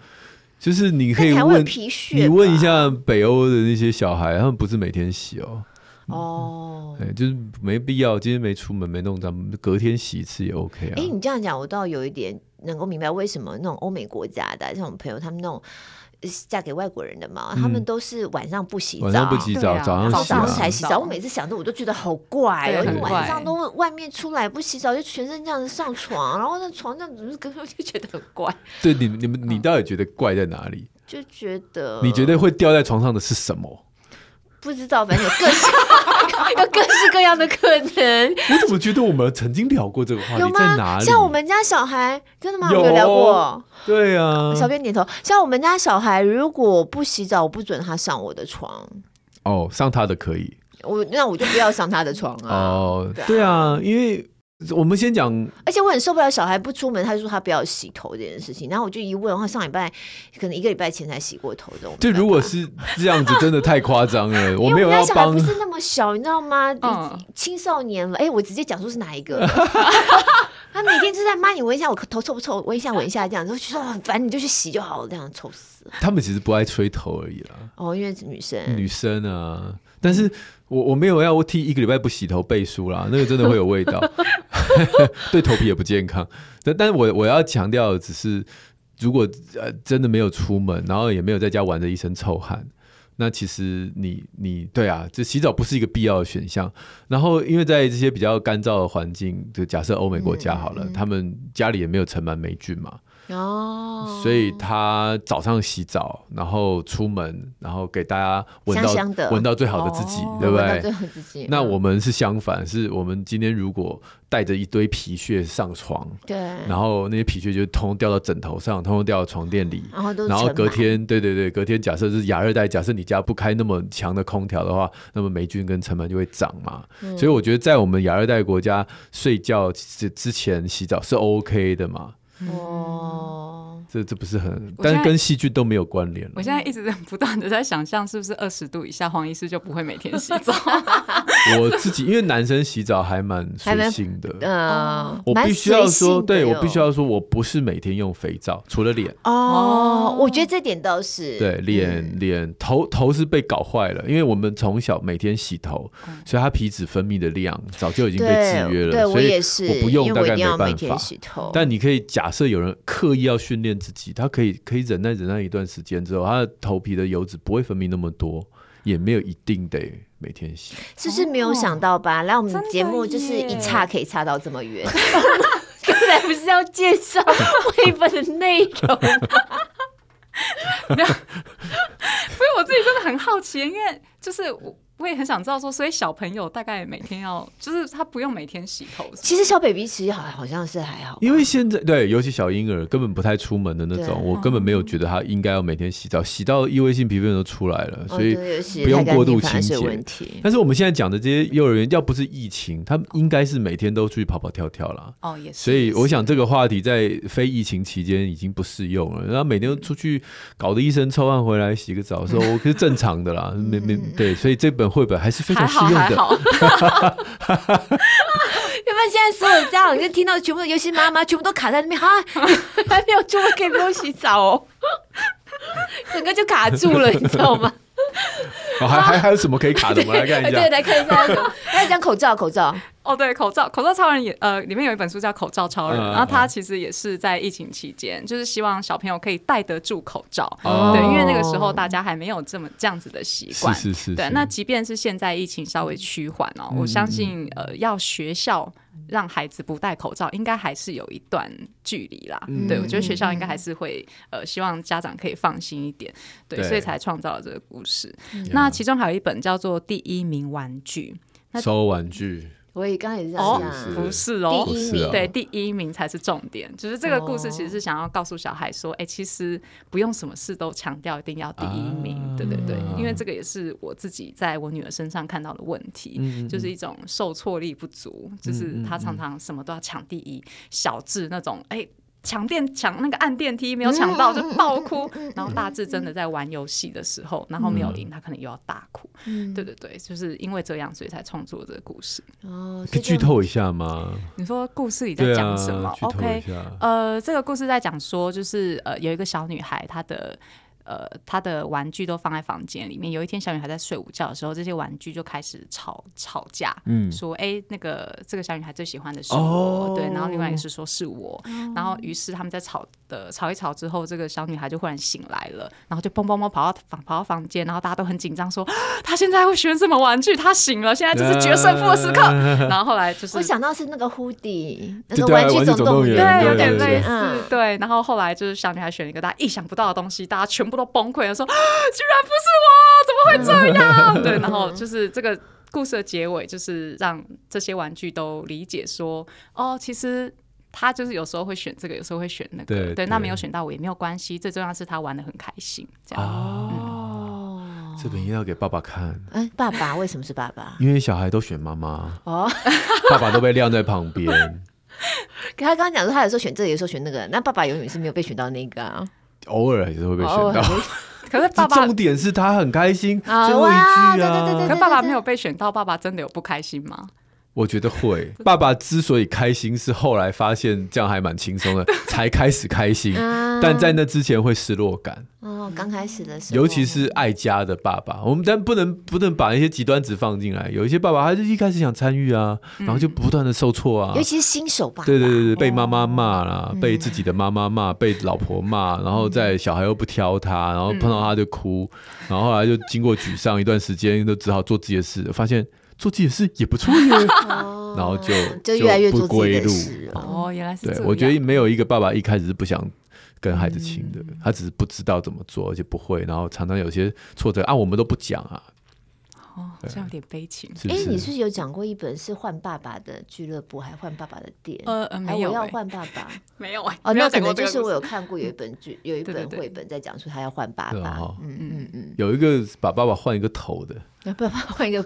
Speaker 2: 就是你可
Speaker 1: 那
Speaker 2: 以
Speaker 1: 你还会有
Speaker 2: 问，
Speaker 1: 皮屑吧
Speaker 2: 你问一，下北欧的那些小孩，他们不是每天洗哦，
Speaker 1: 哦。
Speaker 2: 哎，就是没必要，今天没出门没弄脏，隔天洗一次也 OK 啊。
Speaker 1: 哎、你这样讲，我倒有一点能够明白为什么那种欧美国家的这种朋友，他们那种呃嫁给外国人的嘛，他们都是晚上不洗澡，
Speaker 2: 嗯晚上不洗
Speaker 3: 对
Speaker 2: 澡，
Speaker 3: 啊
Speaker 2: 早
Speaker 1: 早
Speaker 2: 上洗、啊
Speaker 1: 上。才洗澡。我每次想着我都觉得好怪哦，因
Speaker 3: 对
Speaker 1: 为
Speaker 2: 很
Speaker 1: 晚上
Speaker 3: 怪
Speaker 1: 都外面出来不洗澡，就全身这样子上床，然后那床那怎么根本就觉得很怪，
Speaker 2: 对你你
Speaker 1: 嗯
Speaker 2: 们你到底觉得怪在哪里？
Speaker 1: 就觉得
Speaker 2: 你觉得会掉在床上的是什么？
Speaker 1: 不知道，反正有各式 有各式各样的可 能，
Speaker 2: 我怎么觉得我们曾经聊过这个话
Speaker 1: 有
Speaker 2: 题？在哪
Speaker 1: 吗？
Speaker 2: 里？
Speaker 1: 像我们家小孩，真的吗？我
Speaker 2: 有
Speaker 1: 们有聊过。
Speaker 2: 对啊，
Speaker 1: 小编点头，像我们家小孩，如果不洗澡，我不准他上我的床，
Speaker 2: 哦，上他的可以
Speaker 1: 我那我就不要上他的床啊。
Speaker 2: 哦
Speaker 1: 对啊，
Speaker 2: 对啊，因为我们先讲
Speaker 1: 而且我很受不了小孩不出门，他就说他不要洗头这件事情，然后我就一问，他上礼拜可能一个礼拜前才洗过头，这种
Speaker 2: 就如果是这样子，真的太夸张了。我
Speaker 1: 因为
Speaker 2: 没有
Speaker 1: 我们
Speaker 2: 要
Speaker 1: 家小孩
Speaker 2: 帮
Speaker 1: 不，是那么小，你知道吗？
Speaker 3: 嗯
Speaker 1: 青少年了，哎、我直接讲出是哪一个了。他每天就在妈，你闻一下我头臭不臭？闻一下，闻一下，这样子，就说哦反正你就去洗就好了，这样臭死了。
Speaker 2: 他们其实不爱吹头而已啦，
Speaker 1: 哦，因为是女生，
Speaker 2: 女生啊。但是我我没有要替一个礼拜不洗头背书啦，那个真的会有味道， 对头皮也不健康。但但是我我要强调，的只是如果呃真的没有出门，然后也没有在家玩的一身臭汗。那其实你你对啊，这洗澡不是一个必要的选项。然后因为在这些比较干燥的环境，就假设欧美国家好了，他们家里也没有尘螨霉菌嘛，
Speaker 1: 哦，
Speaker 2: 所以他早上洗澡，然后出门，然后给大家闻
Speaker 1: 香香的
Speaker 2: 到闻到最好的自己，
Speaker 3: 哦
Speaker 2: 对不
Speaker 1: 闻到最
Speaker 2: 对？
Speaker 1: 后自己，
Speaker 2: 那
Speaker 1: 嗯
Speaker 2: 我们是相反，是我们今天如果带着一堆皮屑上床，
Speaker 1: 对，
Speaker 2: 然后那些皮屑就通通掉到枕头上，通通掉到床垫里，
Speaker 1: 然后哦都是
Speaker 2: 然后
Speaker 1: 尘
Speaker 2: 隔
Speaker 1: 螨
Speaker 2: 天，对对对，隔天假设是亚热带，假设你家不开那么强的空调的话，那么霉菌跟尘螨就会长嘛。
Speaker 1: 嗯
Speaker 2: 所以我觉得在我们亚热带国家睡觉之之前洗澡是 OK 的嘛。
Speaker 1: 哦，
Speaker 2: 这这不是很，
Speaker 3: 我现在
Speaker 2: 但是跟细菌都没有关联
Speaker 3: 我
Speaker 2: 了。
Speaker 3: 现在一直在不断的在想象，是不是二十度以下黄医师就不会每天洗 澡？
Speaker 2: 我自己因为男生洗澡还蛮
Speaker 1: 还
Speaker 2: 随
Speaker 1: 蛮
Speaker 2: 性的，
Speaker 3: 哦
Speaker 1: 呃，
Speaker 2: 我
Speaker 1: 蛮
Speaker 2: 必须要
Speaker 1: 随
Speaker 2: 说，
Speaker 1: 性的
Speaker 2: 对我
Speaker 1: 哟
Speaker 2: 必须要说，我不是每天用肥皂，除了脸，
Speaker 1: 哦，我觉得这点倒是嗯
Speaker 2: 对脸脸头头是被搞坏了，因为我们从小每天洗头，所以它皮脂分泌的量早就已经被制约
Speaker 1: 对，嗯对
Speaker 2: 了，
Speaker 1: 我
Speaker 2: 所以
Speaker 1: 也是，
Speaker 2: 我不用
Speaker 1: 因为
Speaker 2: 大
Speaker 1: 我一
Speaker 2: 概
Speaker 1: 定要
Speaker 2: 没
Speaker 1: 每
Speaker 2: 办
Speaker 1: 天
Speaker 2: 法。
Speaker 1: 洗头。
Speaker 2: 但你可以假设有人刻意要训练自己，他可以可以忍耐忍耐一段时间之后，他的头皮的油脂不会分泌那么多，也没有一定得每天洗。
Speaker 1: 就是没有想到吧？来我们
Speaker 3: 哦真的
Speaker 1: 节目就是
Speaker 3: 耶
Speaker 1: 一岔可以岔到这么 远。刚才不是要介 绍绘本的内容？
Speaker 3: 所以我自己真的很好奇，因为就是我我也很想知道说，所以小朋友大概每天要，就是他不用每天洗头是吗，
Speaker 1: 其实小 baby 其实好好像是还好吧，
Speaker 2: 因为现在对，尤其小婴儿根本不太出门的那
Speaker 1: 对
Speaker 2: 种，我根本没有觉得他应该要每天洗澡，洗到异位性皮肤炎都出来了，
Speaker 1: 哦
Speaker 2: 所以
Speaker 1: 对尤其
Speaker 2: 不用
Speaker 1: 太干
Speaker 2: 过度
Speaker 1: 净反而
Speaker 2: 清
Speaker 1: 是有
Speaker 2: 洁
Speaker 1: 问题。
Speaker 2: 但是我们现在讲的这些幼儿园，要不是疫情，他们应该是每天都出去跑跑跳跳啦。
Speaker 3: 哦也是，
Speaker 2: 所以
Speaker 3: 也是
Speaker 2: 我想这个话题在非疫情期间已经不适用了。然后每天都出去搞得一身臭汗回来洗个澡，说我是正常的啦，没没对，所以这本绘本还是非
Speaker 3: 还
Speaker 2: 常适
Speaker 3: 好
Speaker 2: 用
Speaker 3: 还
Speaker 2: 的。
Speaker 3: 好，
Speaker 1: 要不然现在所有家长就听到全部，尤其妈妈全部都卡在那边， 哈，还没有出门可以不用洗澡哦，整个就卡住了，你知道 吗？
Speaker 2: 哦还还还有什么可以卡的？我们来看一
Speaker 1: 对，
Speaker 2: 下。
Speaker 1: 来看一下，来讲口罩，口罩，
Speaker 3: 哦，对，口罩，口罩超人也呃，里面有一本书叫《口罩超人》，
Speaker 2: 嗯
Speaker 3: 然后他其实也是在疫情期间，就是希望小朋友可以戴得住口罩，
Speaker 2: 哦
Speaker 3: 对，因为那个时候大家还没有这么这样子的习
Speaker 2: 是
Speaker 3: 惯。
Speaker 2: 是是，
Speaker 3: 对
Speaker 2: 是，嗯
Speaker 3: 那即便是现在疫情稍微趋缓哦，我相信呃，要学校让孩子不戴口罩，应该还是有一段距离啦。
Speaker 2: 嗯
Speaker 3: 对，我觉得学校应该还是会呃，希望家长可以放心一点，对，
Speaker 2: 对
Speaker 3: 所以才创造了这个故事。那其中还有一本叫做《第一名玩具》，那
Speaker 2: 收玩具
Speaker 1: 我也刚刚也是这
Speaker 3: 哦
Speaker 1: 样想，
Speaker 3: 不是哦，
Speaker 1: 第一
Speaker 2: 不是
Speaker 1: 名
Speaker 2: 啊，
Speaker 3: 对，第一名才是重点。就是这个故事其实是想要告诉小孩
Speaker 2: 哦
Speaker 3: 说，哎、其实不用什么事都强调一定要第一名，
Speaker 2: 啊
Speaker 3: 对对对，因为这个也是我自己在我女儿身上看到的问题，
Speaker 2: 嗯
Speaker 3: 就是一种受挫力不足，就是她常常什么都要抢第一，小智那种，哎、抢电抢那个按电梯没有抢
Speaker 2: 嗯
Speaker 3: 到就爆哭，然后大智真的在玩游戏的时候，然后没有
Speaker 2: 嗯
Speaker 3: 赢，他可能又要大哭。对对对，就是因为这样，所以才创作这个故事。
Speaker 1: 哦，
Speaker 2: 可以剧透一下吗？
Speaker 3: 你说故事里在
Speaker 2: 对
Speaker 3: 讲
Speaker 2: 啊，
Speaker 3: 什么
Speaker 2: 剧透一
Speaker 3: ？OK，
Speaker 2: 下。
Speaker 3: 呃，这个故事在讲说，就是呃，有一个小女孩，她的。呃他的玩具都放在房间里面。有一天小女孩在睡午觉的时候，这些玩具就开始吵吵架，
Speaker 2: 嗯
Speaker 3: 说哎、那个这个小女孩最喜欢的是我，
Speaker 2: 哦
Speaker 3: 对，然后另外一个是说是我，
Speaker 1: 哦
Speaker 3: 然后于是他们在吵的吵一吵之后，这个小女孩就忽然醒来了，然后就蹦蹦蹦跑到房跑到房间，然后大家都很紧张说啊她现在会选什么玩具，她醒了，现在这是决胜负的时刻。 然后后来就是
Speaker 1: 我想到是那个 hoodie，那
Speaker 2: 对
Speaker 1: 个
Speaker 2: 对啊
Speaker 1: 具
Speaker 2: 玩具
Speaker 1: 总动
Speaker 2: 总动员
Speaker 3: 对，有
Speaker 2: 对
Speaker 3: 点
Speaker 2: 对
Speaker 3: 类
Speaker 1: 嗯
Speaker 3: 似，对。然后后来就是小女孩选了一个大家意想不到的东西，大家全部都崩溃了，说啊居然不是我，怎么会这样？对，然后就是这个故事的结尾，就是让这些玩具都理解说，哦，其实。他就是有时候会选这个，有时候会选那个，
Speaker 2: 对对
Speaker 3: 那没有选到我也没有关系，最重要是他玩的很开心，这样。
Speaker 2: 啊，
Speaker 1: 哦，
Speaker 2: 这本一定要给爸爸看，
Speaker 1: 嗯，爸爸为什么是爸爸？
Speaker 2: 因为小孩都选妈妈，
Speaker 1: 哦，
Speaker 2: 爸爸都被晾在旁边，
Speaker 1: 可他刚刚讲说，他有时候选这个，有时候选那个，那爸爸永远是没有被选到那个啊。
Speaker 2: 偶尔还是会被选
Speaker 1: 哦
Speaker 2: 到。
Speaker 3: 可是爸爸，
Speaker 2: 重点是他很开心，
Speaker 1: 啊
Speaker 2: 最后一
Speaker 1: 哇
Speaker 2: 句啊，
Speaker 1: 对对对
Speaker 3: 可是爸爸没有被选到，爸爸真的有不开心吗？
Speaker 2: 我觉得会。爸爸之所以开心，是后来发现这样还蛮轻松的，才开始开心。
Speaker 1: 啊
Speaker 2: 但在那之前会失落感，
Speaker 1: 哦，刚开始的时候，
Speaker 2: 尤其是爱家的爸爸，我们但不能不能把一些极端值放进来。有一些爸爸他就一开始想参与啊，然后就不断的受挫啊
Speaker 1: 尤。其是新手爸爸，
Speaker 2: 对 对对对，被妈妈骂啦，
Speaker 1: 嗯
Speaker 2: 被自己的妈妈骂，被老婆骂，然后在小孩又不挑他，然后
Speaker 1: 嗯
Speaker 2: 碰到他就哭，然后后来就经过沮丧一段时间，都只好做自己的事，发现做自己的事也不错耶，
Speaker 1: 哦，
Speaker 2: 然后就
Speaker 1: 就越来越
Speaker 2: 不
Speaker 1: 做自己
Speaker 2: 归
Speaker 1: 的
Speaker 2: 路。
Speaker 1: 事了。
Speaker 3: 哦，原来是这
Speaker 2: 对
Speaker 3: 样。，
Speaker 2: 我觉得没有一个爸爸一开始是不想跟孩子亲的，
Speaker 1: 嗯
Speaker 2: 他只是不知道怎么做，而且不会，然后常常有些挫折啊，我们都不讲啊，
Speaker 3: 哦，这样有点悲情。
Speaker 2: 是不
Speaker 1: 哎，
Speaker 2: 是？
Speaker 1: 你是不是有讲过一本是换爸爸的俱乐部，还换爸爸的店？
Speaker 3: 呃呃，
Speaker 1: 还
Speaker 3: 没
Speaker 1: 有
Speaker 3: 有、
Speaker 1: 要
Speaker 3: 欸，
Speaker 1: 换爸 爸
Speaker 3: 没有、欸，
Speaker 1: 哦，
Speaker 3: 没有
Speaker 1: 那可
Speaker 3: 讲过
Speaker 1: 能
Speaker 3: 这
Speaker 1: 就
Speaker 3: 个
Speaker 1: 是
Speaker 3: 故
Speaker 1: 我
Speaker 3: 事
Speaker 1: 有看过有一本 剧，有一
Speaker 3: 对对
Speaker 1: 本
Speaker 3: 对
Speaker 1: 绘本在讲说他要换爸
Speaker 2: 对啊
Speaker 1: 爸
Speaker 2: 哈，
Speaker 1: 嗯嗯嗯，
Speaker 2: 有一个把爸爸换一个头的，
Speaker 1: 那爸爸换一个，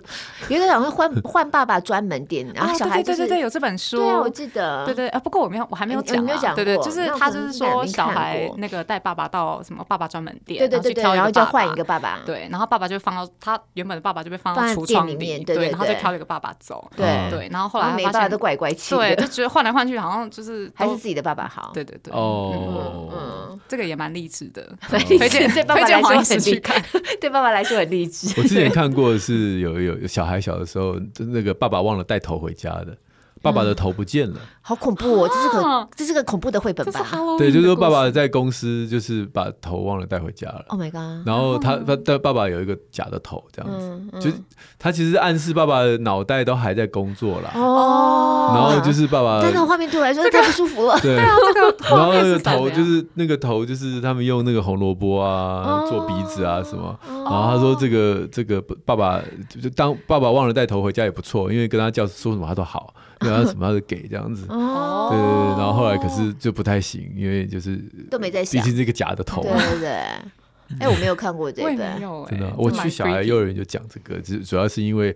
Speaker 1: 有一个讲会换 换爸爸专门店，然后
Speaker 3: 哦
Speaker 1: 啊小孩就
Speaker 3: 对
Speaker 1: 是
Speaker 3: 对对对对，有这本书，
Speaker 1: 对啊，我记得，
Speaker 3: 对对啊，不过我没有，我还没有
Speaker 1: 你
Speaker 3: 讲、啊，
Speaker 1: 你没有讲
Speaker 3: 对对，
Speaker 1: 过
Speaker 3: 就是
Speaker 1: 那我
Speaker 3: 他
Speaker 1: 可
Speaker 3: 就
Speaker 1: 能
Speaker 3: 是
Speaker 1: 是没有
Speaker 3: 说小
Speaker 1: 看
Speaker 3: 孩
Speaker 1: 过
Speaker 3: 那个带爸爸到什么爸爸专门店，
Speaker 1: 对对对
Speaker 3: 去
Speaker 1: 对，
Speaker 3: 挑一
Speaker 1: 然后
Speaker 3: 个
Speaker 1: 就
Speaker 3: 爸
Speaker 1: 要
Speaker 3: 爸
Speaker 1: 换一个。爸爸，
Speaker 3: 对，然后爸爸就放到他原本的爸爸就被放
Speaker 1: 放
Speaker 3: 到
Speaker 1: 在
Speaker 3: 橱
Speaker 1: 店
Speaker 3: 窗
Speaker 1: 里面对
Speaker 3: 对
Speaker 1: 对
Speaker 3: 然后再
Speaker 1: 对
Speaker 3: 挑了一个爸爸走，
Speaker 1: 对
Speaker 3: 对，然后哦后
Speaker 1: 然
Speaker 3: 来
Speaker 1: 后每
Speaker 3: 他
Speaker 1: 个爸
Speaker 3: 发
Speaker 1: 爸
Speaker 3: 现
Speaker 1: 都，怪怪气
Speaker 3: 对，就
Speaker 1: 的，
Speaker 3: 觉得换来换去好像就是
Speaker 1: 还是
Speaker 3: 都
Speaker 1: 自己的爸爸好，
Speaker 3: 对对对，
Speaker 2: 哦
Speaker 1: 嗯，
Speaker 3: 这个也蛮励志的，
Speaker 1: 蛮励
Speaker 3: 推荐
Speaker 1: 志对爸爸
Speaker 3: 推荐
Speaker 1: 来说
Speaker 3: 黄医
Speaker 1: 很
Speaker 3: 师
Speaker 1: 励
Speaker 3: 去看。
Speaker 1: 对爸爸来说很励志。
Speaker 2: 我之前看过是有有有小孩小的时候，那个爸爸忘了带头回家的，爸爸的头不见了。
Speaker 1: 好恐怖哦！这是个
Speaker 3: 啊
Speaker 1: 这是个恐怖的绘本
Speaker 3: 这是
Speaker 1: 吧
Speaker 3: Halloween
Speaker 2: 对，就是
Speaker 3: 的
Speaker 2: 说
Speaker 3: 哦故
Speaker 2: 爸爸
Speaker 3: 事
Speaker 2: 在公司就是把头忘了带回家了。
Speaker 1: ？Oh my god！
Speaker 2: 然后他他他爸爸有一个假的头，这样子，
Speaker 1: 嗯
Speaker 2: 就
Speaker 1: 嗯，
Speaker 2: 他其实暗示爸爸的脑袋都还在工作啦。
Speaker 1: 哦，
Speaker 2: 然后就是爸爸
Speaker 1: 但那画面对我来说太不舒服了。
Speaker 2: 对，
Speaker 3: 这个
Speaker 2: 然后
Speaker 3: 画面
Speaker 2: 那个
Speaker 3: 是怎
Speaker 2: 头
Speaker 3: 样
Speaker 2: 就是那个头就是他们用那个红萝卜啊
Speaker 1: 哦
Speaker 2: 做鼻子啊什么，然后他说这个这个爸爸就是当爸爸忘了带头回家也不错，因为跟他叫说什么他 都好，然后什么他都给这样子。对对对，然后后来可是就不太行，因为就是
Speaker 1: 哦都没在
Speaker 2: 毕
Speaker 1: 想
Speaker 2: 竟是个假的头
Speaker 1: 对
Speaker 2: 啊，
Speaker 1: 对对，哎，我没有看过这
Speaker 3: 我也没
Speaker 1: 本，
Speaker 3: 有哎、
Speaker 2: 真的啊。
Speaker 3: 这
Speaker 2: 我
Speaker 3: 蛮
Speaker 2: 去小孩
Speaker 3: creepy
Speaker 2: 幼儿园就讲这个，只主要是因为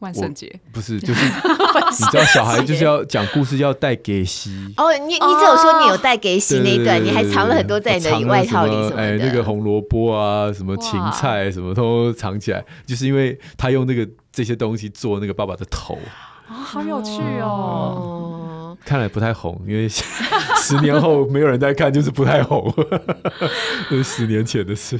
Speaker 3: 万
Speaker 2: 我
Speaker 3: 圣节，
Speaker 2: 不是就 是你知道小孩就是要讲故事要带给息。
Speaker 1: 哦，你你只有说你有带给喜
Speaker 2: 对
Speaker 1: 那一段，
Speaker 2: 对对
Speaker 1: 你还
Speaker 2: 对
Speaker 1: 藏了很多在你的外套里
Speaker 2: 我
Speaker 1: 什
Speaker 2: 藏
Speaker 1: 么
Speaker 2: 了哎，那个
Speaker 1: 的。
Speaker 2: 红萝卜啊，什么芹菜，什么都藏起来，就是因为他用那个这些东西做那个爸爸的头，
Speaker 3: 啊、好有趣哦！
Speaker 1: 哦，
Speaker 2: 看来不太红，因为十年后没有人在看，就是不太红， 这是十年前的事。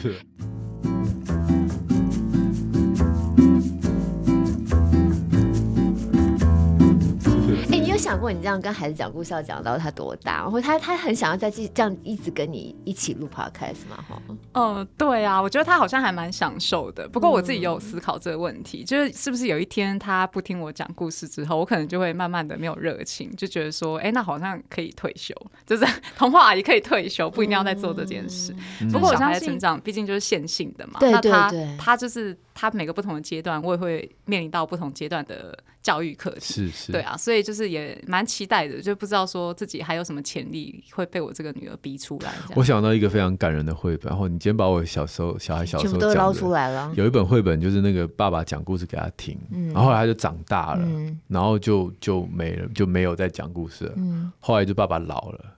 Speaker 1: 哎，你有想过你这样跟孩子讲故事要讲到他多大，或他他很想要再继这样一直跟你一起录 podcast 吗？哈，
Speaker 3: 嗯、对啊，我觉得他好像还蛮享受的。不过我自己也有思考这个问题，就是是不是有一天他不听我讲故事之后，我可能就会慢慢的没有热情，就觉得说，哎、那好像可以退休，就是 童话阿姨可以退休，不一定要再做这件事。不过我
Speaker 2: 嗯
Speaker 3: 相信成长毕竟就是线性的嘛，
Speaker 1: 对对
Speaker 3: 那
Speaker 1: 对
Speaker 3: 他他就是他每个不同的阶段，我也会面临到不同阶段的教育课
Speaker 1: 嗯
Speaker 3: 题。
Speaker 2: 是是，
Speaker 3: 对啊，所以就是也蛮期待的，就不知道说自己还有什么潜力会被我这个女儿逼出来。这
Speaker 2: 我
Speaker 3: 样
Speaker 2: 想到一个非常感人的绘本，然后你今天把我小时候小孩小时
Speaker 1: 全
Speaker 2: 候
Speaker 1: 部都捞
Speaker 2: 讲的
Speaker 1: 出来了。
Speaker 2: 有一本绘本，就是那个爸爸讲故事给他听，
Speaker 1: 嗯
Speaker 2: 然后后来他就长大了，然后就就没了，就没有再讲故事了。
Speaker 1: 嗯
Speaker 2: 后来就爸爸老了，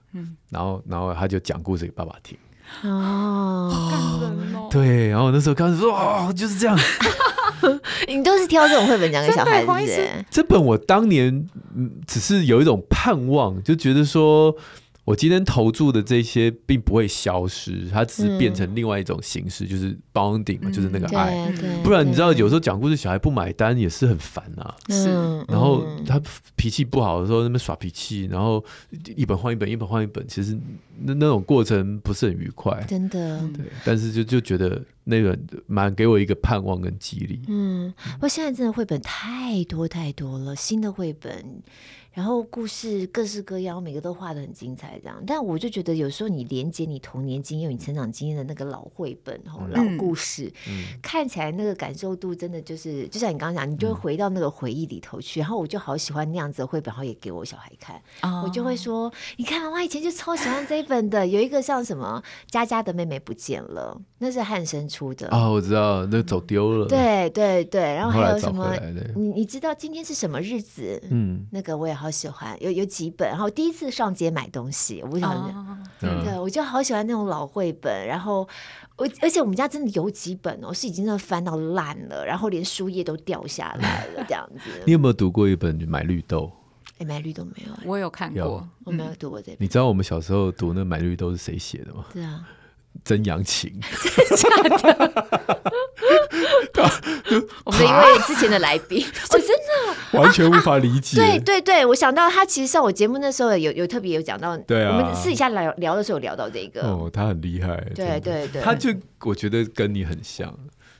Speaker 2: 然后然后他就讲故事给爸爸听。
Speaker 1: 哦，
Speaker 3: 感人哦，
Speaker 2: 对，然后我那时候刚始说哦，就是这样。
Speaker 1: 你都是挑这种绘本讲给小孩
Speaker 3: 真的黄医
Speaker 1: 子
Speaker 3: 师
Speaker 1: 哎。
Speaker 2: 这本我当年嗯，只是有一种盼望，就觉得说我今天投注的这些并不会消失，它只是变成另外一种形式，就是 bonding 嘛，就是那个
Speaker 1: 嗯对
Speaker 2: 爱。
Speaker 1: 啊对啊，
Speaker 2: 不然你知道，
Speaker 1: 对啊
Speaker 2: 有时候讲故事小孩不买单也是很烦啊。
Speaker 3: 是
Speaker 1: 嗯
Speaker 2: 然后
Speaker 1: 嗯
Speaker 2: 他脾气不好的时候，那边耍脾气，然后一本换一本，一本换一本，其实那那种过程不是很愉快。
Speaker 1: 真的，
Speaker 3: 嗯
Speaker 2: 对，但是就就觉得那个蛮给我一个盼望跟激励。
Speaker 1: 嗯，不过现在真的绘本太多太多了，新的绘本，然后故事各式各样，每个都画的很精彩，这样。但我就觉得有时候你连接你童年经验、你成长经验的那个老绘本、哦、老故事，看起来那个感受度真的就是，就像你刚刚讲，你就会回到那个回忆里头去。然后我就好喜欢那样子的绘本，然后也给我小孩看，
Speaker 3: 哦
Speaker 1: 我就会说，你看妈妈以前就超喜欢这一本的，有一个像什么《佳佳的妹妹不见了》，那是汉生出的
Speaker 2: 啊、我知道，那走丢了。，
Speaker 1: 对对对，然后
Speaker 2: 后
Speaker 1: 还
Speaker 2: 来
Speaker 1: 有
Speaker 2: 找
Speaker 1: 什
Speaker 2: 回
Speaker 1: 么？
Speaker 2: 来的
Speaker 1: 你你知道今天是什么日子？
Speaker 2: 嗯，
Speaker 1: 那个我也好喜欢，有有几本。然后第一次上街买东西，我不想、
Speaker 3: 啊，
Speaker 2: 嗯
Speaker 1: 对，我就好喜欢那种老绘本。然后我而且我们家真的有几本哦，是已经真的翻到烂了，然后连书页都掉下来了，这样子
Speaker 2: 你。有没有读过一本《买绿豆》？
Speaker 1: 哎，买绿都没有，
Speaker 3: 我有看过
Speaker 2: 有，
Speaker 1: 我没有读过这本。
Speaker 2: 你知道我们小时候读那《买绿豆》是谁写的吗？
Speaker 1: 对啊，
Speaker 2: 曾阳晴。
Speaker 1: 我们的一位之前的来宾， 哦，真的，
Speaker 2: 完全无法理解。
Speaker 1: 对对对，我想到他其实上我节目那时候有有特别有讲到，
Speaker 2: 对
Speaker 1: 我
Speaker 2: 啊
Speaker 1: 们私底下聊聊的时候有聊到这个，
Speaker 2: 哦，他很厉害。真
Speaker 1: 对
Speaker 2: 的，
Speaker 1: 对对，
Speaker 2: 他就我觉得跟你很像，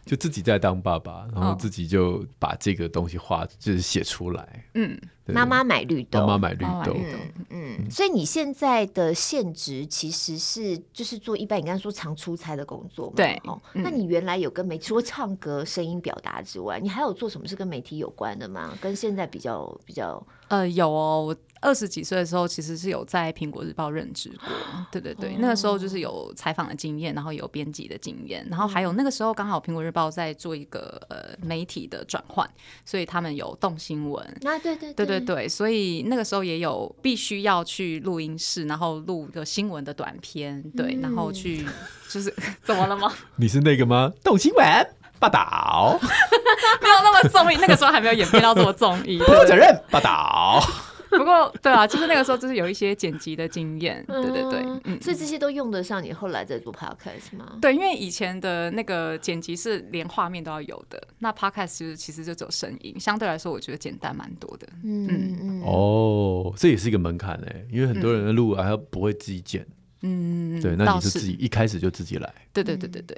Speaker 2: 就自己在当爸爸，然后
Speaker 1: 哦
Speaker 2: 自己就把这个东西画，就是写出来。
Speaker 3: 嗯，
Speaker 2: 对
Speaker 1: 妈妈买绿豆，
Speaker 2: 妈妈买绿
Speaker 3: 妈妈买
Speaker 2: 豆，
Speaker 3: 绿豆
Speaker 1: 嗯，所以你现在的现职其实是就是做一般你刚才说常出差的工作嘛，
Speaker 3: 对
Speaker 1: 哦，
Speaker 3: 嗯
Speaker 1: 那你原来有跟媒除了唱歌、声音表达之外，你还有做什么是跟媒体有关的吗？跟现在比较比较，
Speaker 3: 呃，有哦，我二十几岁的时候其实是有在苹果日报任职过，对对对，那个时候就是有采访的经验，然后有编辑的经验，然后还有那个时候刚好苹果日报在做一个呃媒体的转换，所以他们有动新闻。
Speaker 1: 那、啊、对对
Speaker 3: 对对对，所以那个时候也有必须要去录音室，然后录个新闻的短片，对，然后去就是嗯 怎么了吗？
Speaker 2: 你是那个吗？董新文，霸道，
Speaker 3: 没有那么综艺，那个时候还没有演变到这么综艺，
Speaker 2: 不负责任，霸道。
Speaker 3: 不过，对啊，就是那个时候，就是有一些剪辑的经验，对对对，
Speaker 1: 嗯
Speaker 3: 嗯，
Speaker 1: 所以这些都用得上你后来在做 podcast 吗？
Speaker 3: 对，因为以前的那个剪辑是连画面都要有的，那 podcast 其实其实就只有声音，相对来说我觉得简单蛮多的。
Speaker 1: 嗯嗯，
Speaker 2: 哦，这也是一个门槛哎、因为很多人的路啊，他不会自己剪。
Speaker 3: 嗯，
Speaker 2: 对，那
Speaker 3: 倒
Speaker 2: 你就是自己一开始就自己来。
Speaker 3: 对对对对对，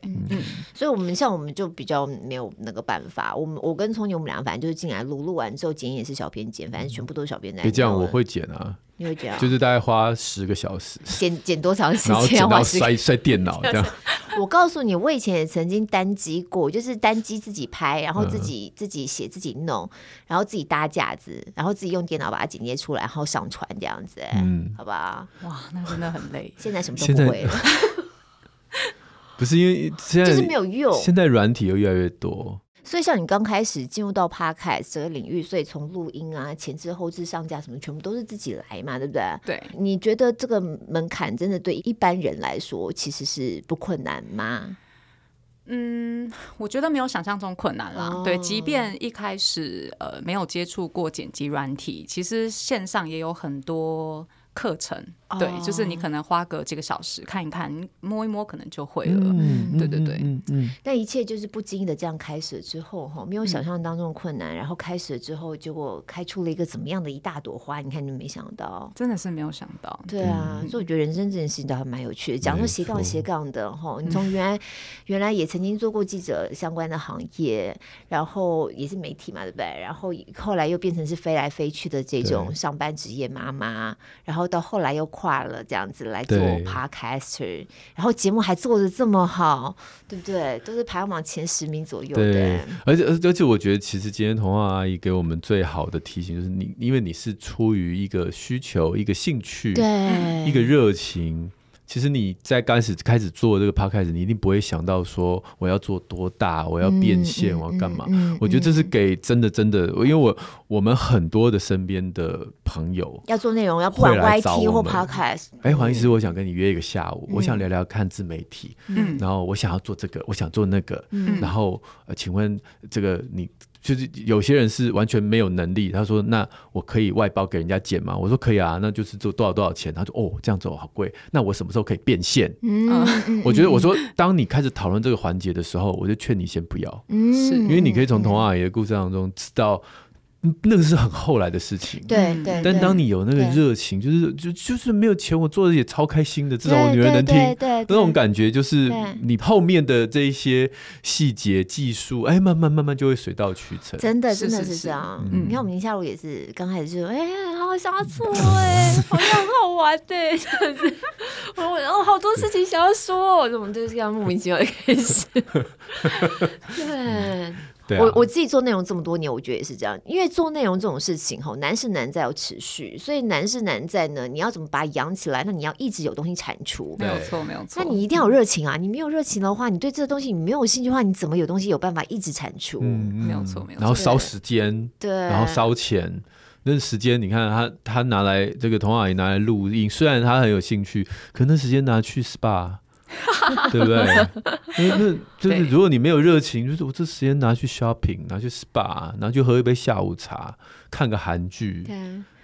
Speaker 1: 所以我们像我们就比较没有那个办法，我们我跟聪姐我们俩反正就是进来录，录完之后剪也是小编剪，反正全部都是小编在
Speaker 2: 嗯别这样，
Speaker 1: 弄
Speaker 2: 我会剪啊，
Speaker 1: 你会这样，
Speaker 2: 就是大概花十个小时，
Speaker 1: 剪剪多长时
Speaker 2: 然后
Speaker 1: 间
Speaker 2: 剪
Speaker 1: 要花
Speaker 2: 到
Speaker 1: 时间？
Speaker 2: 摔摔电脑这样。
Speaker 1: 我告诉你，我以前也曾经单机过，就是单机自己拍，然后
Speaker 2: 嗯
Speaker 1: 自己、自己写、自己弄，然后自己搭架子，然后自己用电脑把它剪接出来，然后上传这样子、
Speaker 2: 嗯
Speaker 1: 好吧？。
Speaker 3: 哇，那真的很累
Speaker 1: 现在什么都
Speaker 2: 现在
Speaker 1: 不会了，
Speaker 2: 不是因为现在
Speaker 1: 就是没有用。
Speaker 2: 现在软体又越来越多，
Speaker 1: 所以像你刚开始进入到 podcast 这个领域，所以从录音啊、前置、后置、上架什么，全部都是自己来嘛，对不对？
Speaker 3: 对，
Speaker 1: 你觉得这个门槛真的对一般人来说其实是不困难吗？
Speaker 3: 嗯，我觉得没有想象中困难啦。
Speaker 1: 哦
Speaker 3: 对，即便一开始呃没有接触过剪辑软体，其实线上也有很多课程。对，
Speaker 1: 哦
Speaker 3: 就是你可能花个几个小时看一看，摸一摸，可能就会了。
Speaker 2: 嗯，
Speaker 3: 对对对
Speaker 2: 嗯嗯，
Speaker 1: 那一切就是不经意的这样开始了之后，哈，没有想象当中的困难，然后开始了之后，结果开出了一个怎么样的一大朵花？你看，你没想到。
Speaker 3: 真的是没有想到。
Speaker 1: 对啊，所以我觉得人生这件事情倒还蛮有趣的。讲说斜杠
Speaker 2: 嗯没错嗯
Speaker 1: 斜杠的哈，你从原来原来也曾经做过记者相关的行业，然后也是媒体嘛，对不对？然后后来又变成是飞来飞去的这种
Speaker 2: 对
Speaker 1: 上班职业妈妈，然后到后来又跨了这样子来做
Speaker 2: 对
Speaker 1: podcaster，然后节目还做的这么好，对不对？都是排行榜前十名左右
Speaker 2: 对
Speaker 1: 的。，
Speaker 2: 而且而且我觉得，其实今天童话阿姨给我们最好的提醒就是你，因为你是出于一个需求、一个兴趣、
Speaker 1: 对，
Speaker 2: 一个热情。其实你在刚开始开始做这个 podcast，你一定不会想到说我要做多大，我要变现，我要干嘛？
Speaker 1: 嗯嗯
Speaker 2: 我觉得这是给真的真的，因为我我们很多的身边的朋友，
Speaker 1: 要做内容，要不
Speaker 2: 会
Speaker 1: 管
Speaker 2: 来找
Speaker 1: YT
Speaker 2: 我
Speaker 1: 或
Speaker 2: 们
Speaker 1: podcast，
Speaker 2: 哎，黄医师，我想跟你约一个下午，我想聊聊看自媒体，
Speaker 3: 嗯
Speaker 1: 嗯
Speaker 2: 然后我想要做这个，我想做那个，然后呃，请问这个你就是有些人是完全没有能力，他说：“那我可以外包给人家剪吗？”我说：“可以啊，那就是做多少多少钱。”他说：“哦，这样子哦好贵，那我什么时候可以变现？”
Speaker 1: 嗯，嗯
Speaker 2: 我觉得我说，当你开始讨论这个环节的时候，我就劝你先不要，
Speaker 1: 嗯
Speaker 3: 是
Speaker 2: 因为你可以从童话阿姨的故事当中知道，嗯那个是很后来的事情。
Speaker 1: 嗯对对，
Speaker 2: 但
Speaker 1: 对
Speaker 2: 当你有那个
Speaker 1: 对
Speaker 2: 热情，就是就就是没有钱，我做的也超开心的，至少我女儿能听。
Speaker 1: 对对对对
Speaker 2: 那种感觉就是
Speaker 1: 对
Speaker 2: 你后面的这一些细节技术，哎，慢慢慢慢就会水到渠成。
Speaker 1: 真的
Speaker 3: 是
Speaker 1: 真的
Speaker 3: 是
Speaker 1: 是
Speaker 3: 是
Speaker 1: 这样。
Speaker 2: 嗯
Speaker 1: 你看我们宁夏路也是刚开始就说，哎、好想要做 哎、好像很好玩哎、 这样子。我我然后好多事情想要说，哦我怎么就是这样莫名其妙的开 始？对。
Speaker 2: 对啊，
Speaker 1: 我我自己做内容这么多年，我觉得也是这样，因为做内容这种事情吼，难是难在要持续，所以难是难在呢，你要怎么把它养起来？那你要一直有东西产出，
Speaker 3: 没有
Speaker 2: 对
Speaker 3: 错，没有错。
Speaker 1: 那你一定要有热情啊！你没有热情的话，你对这个东西你没有兴趣的话，你怎么有东西有办法一直产出？
Speaker 2: 嗯
Speaker 3: 没有错没有错
Speaker 2: 然后烧时间，
Speaker 1: 对，
Speaker 2: 然后烧钱。那时间，你看他，他拿来这个童话阿姨拿来录音，虽然他很有兴趣，可那时间拿 去 SPA，对不对？那那就是
Speaker 3: 对
Speaker 2: 如果你没有热情，就是我这时间拿去 shopping，拿去 SPA，拿去喝一杯下午茶，看个韩剧，
Speaker 1: 对。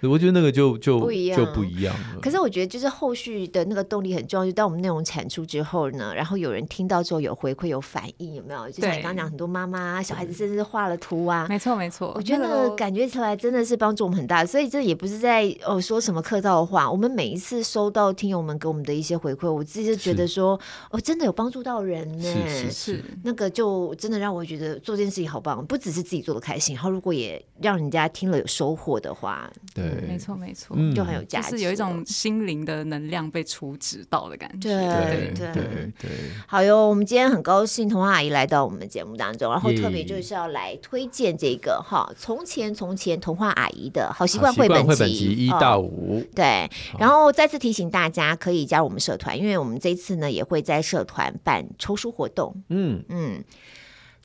Speaker 2: 我觉得那个就就
Speaker 1: 不一样
Speaker 2: 就不一样了。
Speaker 1: 可是我觉得，就是后续的那个动力很重要。就当我们内容产出之后呢，然后有人听到之后有回馈、有反应，有没有？就像你
Speaker 3: 对
Speaker 1: 刚刚讲，很多妈妈啊、小孩子甚至是画了图
Speaker 2: 嗯
Speaker 1: 啊。
Speaker 3: 没错没错，
Speaker 1: 我觉
Speaker 3: 那
Speaker 1: 得
Speaker 3: 个
Speaker 1: 感觉起来真的是帮助我们很大，所以这也不是在哦说什么客套的话。我们每一次收到听友们给我们的一些回馈，我自己就觉得说，哦，真的有帮助到人呢。
Speaker 2: 是是
Speaker 3: 是
Speaker 1: 那个就真的让我觉得做这件事情好棒，不只是自己做的开心，然后如果也让人家听了有收获的话，
Speaker 3: 没
Speaker 2: 对，
Speaker 3: 错没错，
Speaker 2: 嗯
Speaker 1: 就很有价
Speaker 3: 就
Speaker 1: 值了，
Speaker 3: 是有一种心灵的能量被储值到的感觉。
Speaker 1: 对
Speaker 2: 对对对对。
Speaker 1: 好哟，我们今天很高兴童话阿姨来到我们节目当中，然后
Speaker 2: 耶
Speaker 1: 特别就是要来推荐这个哈《从前从前童话阿姨的好习
Speaker 2: 习
Speaker 1: 惯绘本
Speaker 2: 绘
Speaker 1: 集》
Speaker 2: 本集啊一到
Speaker 1: 哦
Speaker 2: 五，
Speaker 1: 对，然后再次提醒大家可以加入我们社团，因为我们这一次呢也会在社团办抽书活动。
Speaker 2: 嗯，
Speaker 1: 嗯，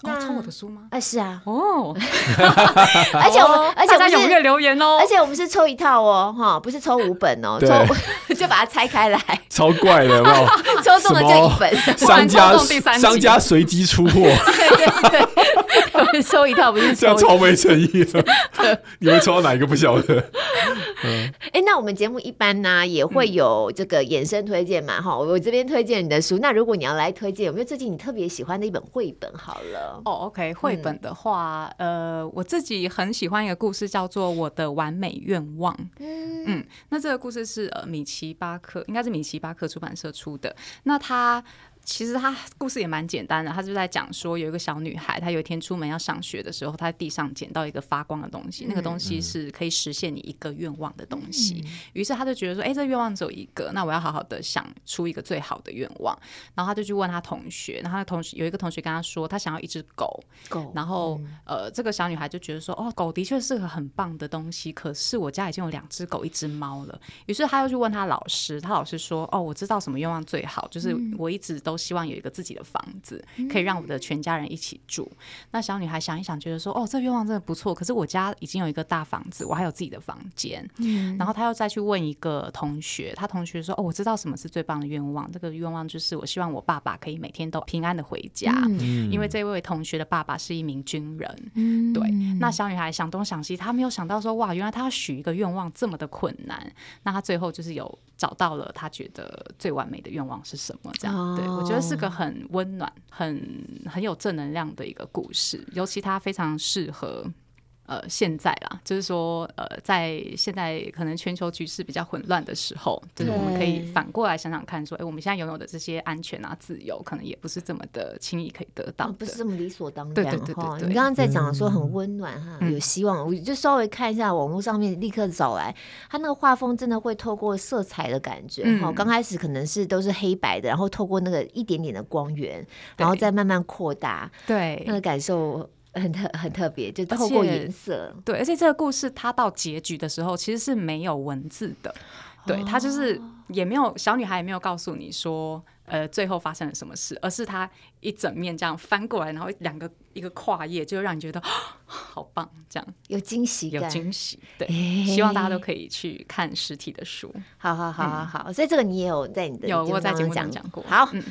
Speaker 3: 哦，
Speaker 1: 那
Speaker 3: 抽我的书吗？
Speaker 1: 啊是 啊，
Speaker 3: 哦，
Speaker 1: 而且我们、
Speaker 3: 哦
Speaker 1: 而且我
Speaker 3: 大
Speaker 1: 们
Speaker 3: 家踊跃
Speaker 1: 是。
Speaker 3: 留言哦
Speaker 1: 而。且我们是抽一套哦，哈，不是抽五本哦，
Speaker 2: 对
Speaker 1: 抽 就把它拆开来，
Speaker 2: 超怪的，有没 有？
Speaker 1: 抽中了就一本，
Speaker 3: 不
Speaker 2: 商
Speaker 3: 然
Speaker 2: 家
Speaker 3: 抽中第三集
Speaker 2: 商家随机出 货，
Speaker 1: 对对对， 我们抽一套不是抽
Speaker 2: 这样
Speaker 1: 一
Speaker 2: 超没诚意 的。你会抽到哪一个不晓得？
Speaker 1: 哎、那我们节目一般呢、也会有这个衍生推荐嘛，哈、我这边推荐你的书，那如果你要来推荐，有没有最近你特别喜欢的一本绘本？好了，
Speaker 3: 哦，OK，绘本的话，呃，我自己很喜欢一个故事，叫做《我的完美愿望》。
Speaker 1: 嗯
Speaker 3: 嗯，那这个故事是呃米奇巴克，应该是米奇巴克出版社出的。那他其实他故事也蛮简单的，他就在讲说有一个小女孩，她有一天出门要上学的时候，她在地上捡到一个发光的东西，那个东西是可以实现你一个愿望的东西。于是她就觉得说，哎、这愿望只有一个，那我要好好的想出一个最好的愿望。然后她就去问她同学，然后她同学有一个同学跟她说，她想要一只狗。
Speaker 1: 狗，
Speaker 3: 然后、呃，这个小女孩就觉得说，哦，狗的确是个很棒的东西，可是我家已经有两只狗，一只猫了。于是她又去问她老师，她老师说，哦，我知道什么愿望最好，就是我一直都希望有一个自己的房子，可以让我的全家人一起住。那小女孩想一想，觉得说，哦，这愿望真的不错，可是我家已经有一个大房子，我还有自己的房间。然后她又再去问一个同学，她同学说，哦，我知道什么是最棒的愿望，这个愿望就是我希望我爸爸可以每天都平安的回家。
Speaker 2: 嗯
Speaker 3: 因为这位同学的爸爸是一名军人，
Speaker 1: 嗯
Speaker 3: 对。那小女孩想东想西，她没有想到说，哇，原来她要许一个愿望这么的困难。那她最后就是有找到了她觉得最完美的愿望是什么？这样，
Speaker 1: 哦
Speaker 3: 对我觉得是个很温暖、很很有正能量的一个故事，尤其它非常适合。呃，现在啦，就是说，呃，在现在可能全球局势比较混乱的时候，就是我们可以
Speaker 1: 对
Speaker 3: 反过来想想看，说，哎、我们现在拥有的这些安全啊、自由，可能也不是这么的轻易可以得到
Speaker 1: 啊
Speaker 3: 的。
Speaker 1: 不是这么理所当
Speaker 3: 对对
Speaker 1: 然
Speaker 3: 对对
Speaker 1: 哈。
Speaker 3: 对
Speaker 1: 你刚刚在讲说很温暖哈，
Speaker 3: 嗯
Speaker 1: 有希望，我就稍微看一下网络上面，立刻找来，它那个画风真的会透过色彩的感觉
Speaker 3: 嗯
Speaker 1: 哈。刚、开始可能是都是黑白的，然后透过那个一点点的光源，然后
Speaker 3: 对
Speaker 1: 再慢慢扩大，
Speaker 3: 对
Speaker 1: 那个感受很特很特别，就
Speaker 3: 而
Speaker 1: 透过
Speaker 3: 且
Speaker 1: 颜色。
Speaker 3: 对，而且这个故事它到结局的时候其实是没有文字的，对，它就是也没有小女孩也没有告诉你说，呃，最后发生了什么事，而是它一整面这样翻过来，然后两个一个跨页，就会让你觉得 好棒，这样
Speaker 1: 有惊喜
Speaker 3: 有
Speaker 1: 感，
Speaker 3: 惊喜。对，
Speaker 1: 哎
Speaker 3: 希望大家都可以去看实体的书。
Speaker 1: 好好好好好，所以这个你也有在你的
Speaker 3: 嗯有我在
Speaker 1: 节
Speaker 3: 节
Speaker 1: 目
Speaker 3: 目
Speaker 1: 当
Speaker 3: 上
Speaker 1: 中
Speaker 3: 讲过，
Speaker 1: 好，
Speaker 3: 嗯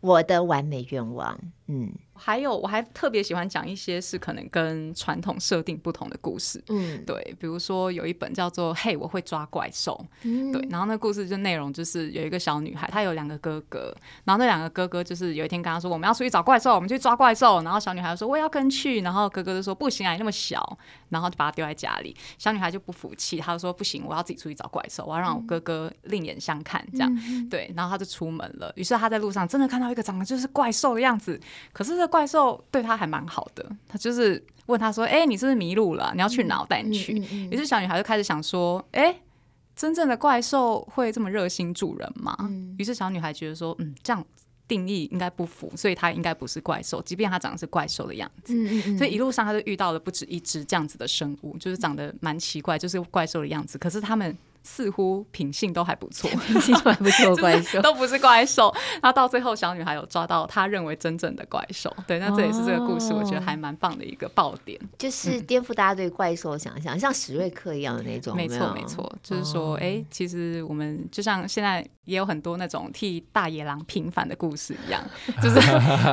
Speaker 1: 我的完美愿望，嗯
Speaker 3: 还有，我还特别喜欢讲一些是可能跟传统设定不同的故事。
Speaker 1: 嗯，
Speaker 3: 对，比如说有一本叫做《嘿，我会抓怪兽》，
Speaker 1: 嗯
Speaker 3: 对，然后那故事就内容就是有一个小女孩，她有两个哥哥，然后那两个哥哥就是有一天跟她说，我们要出去找怪兽，我们去抓怪兽，然后小女孩就说我也要跟去，然后哥哥就说不行啊，你那么小，然后就把她丢在家里，小女孩就不服气，她就说不行，我要自己出去找怪兽，我要让我哥哥另眼相看，这样，对，然后她就出门了，于是她在路上真的看到一个长得就是怪兽的样子，可是这怪兽对她还蛮好的，她就是。问她说：“哎、你是不是迷路了？你要去哪？我带你去。于是小女孩就开始想说：“哎、真正的怪兽会这么热心助人吗？”
Speaker 1: 嗯
Speaker 3: 于、是小女孩觉得说：“嗯，这样定义应该不符，所以它应该不是怪兽，即便它长得是怪兽的样子。
Speaker 1: 嗯嗯
Speaker 3: 所以一路上她就遇到了不止一只这样子的生物，就是长得蛮奇怪，就是怪兽的样子，可是它们似乎品性都还不 错。
Speaker 1: 嗯，听出来不错，怪兽。
Speaker 3: 都不是怪兽，然后到最后小女孩有抓到她认为真正的怪兽，对，那这也是这个故
Speaker 1: 哦
Speaker 3: 事，我觉得还蛮棒的一个爆点。
Speaker 1: 就是颠覆大家对怪兽的想象，像史瑞克一样的那种，
Speaker 3: 嗯没
Speaker 1: 有哦
Speaker 3: 错，没。错，就是说，哎、其实我们就像现在也有很多那种替大野狼平反的故事 一样，就是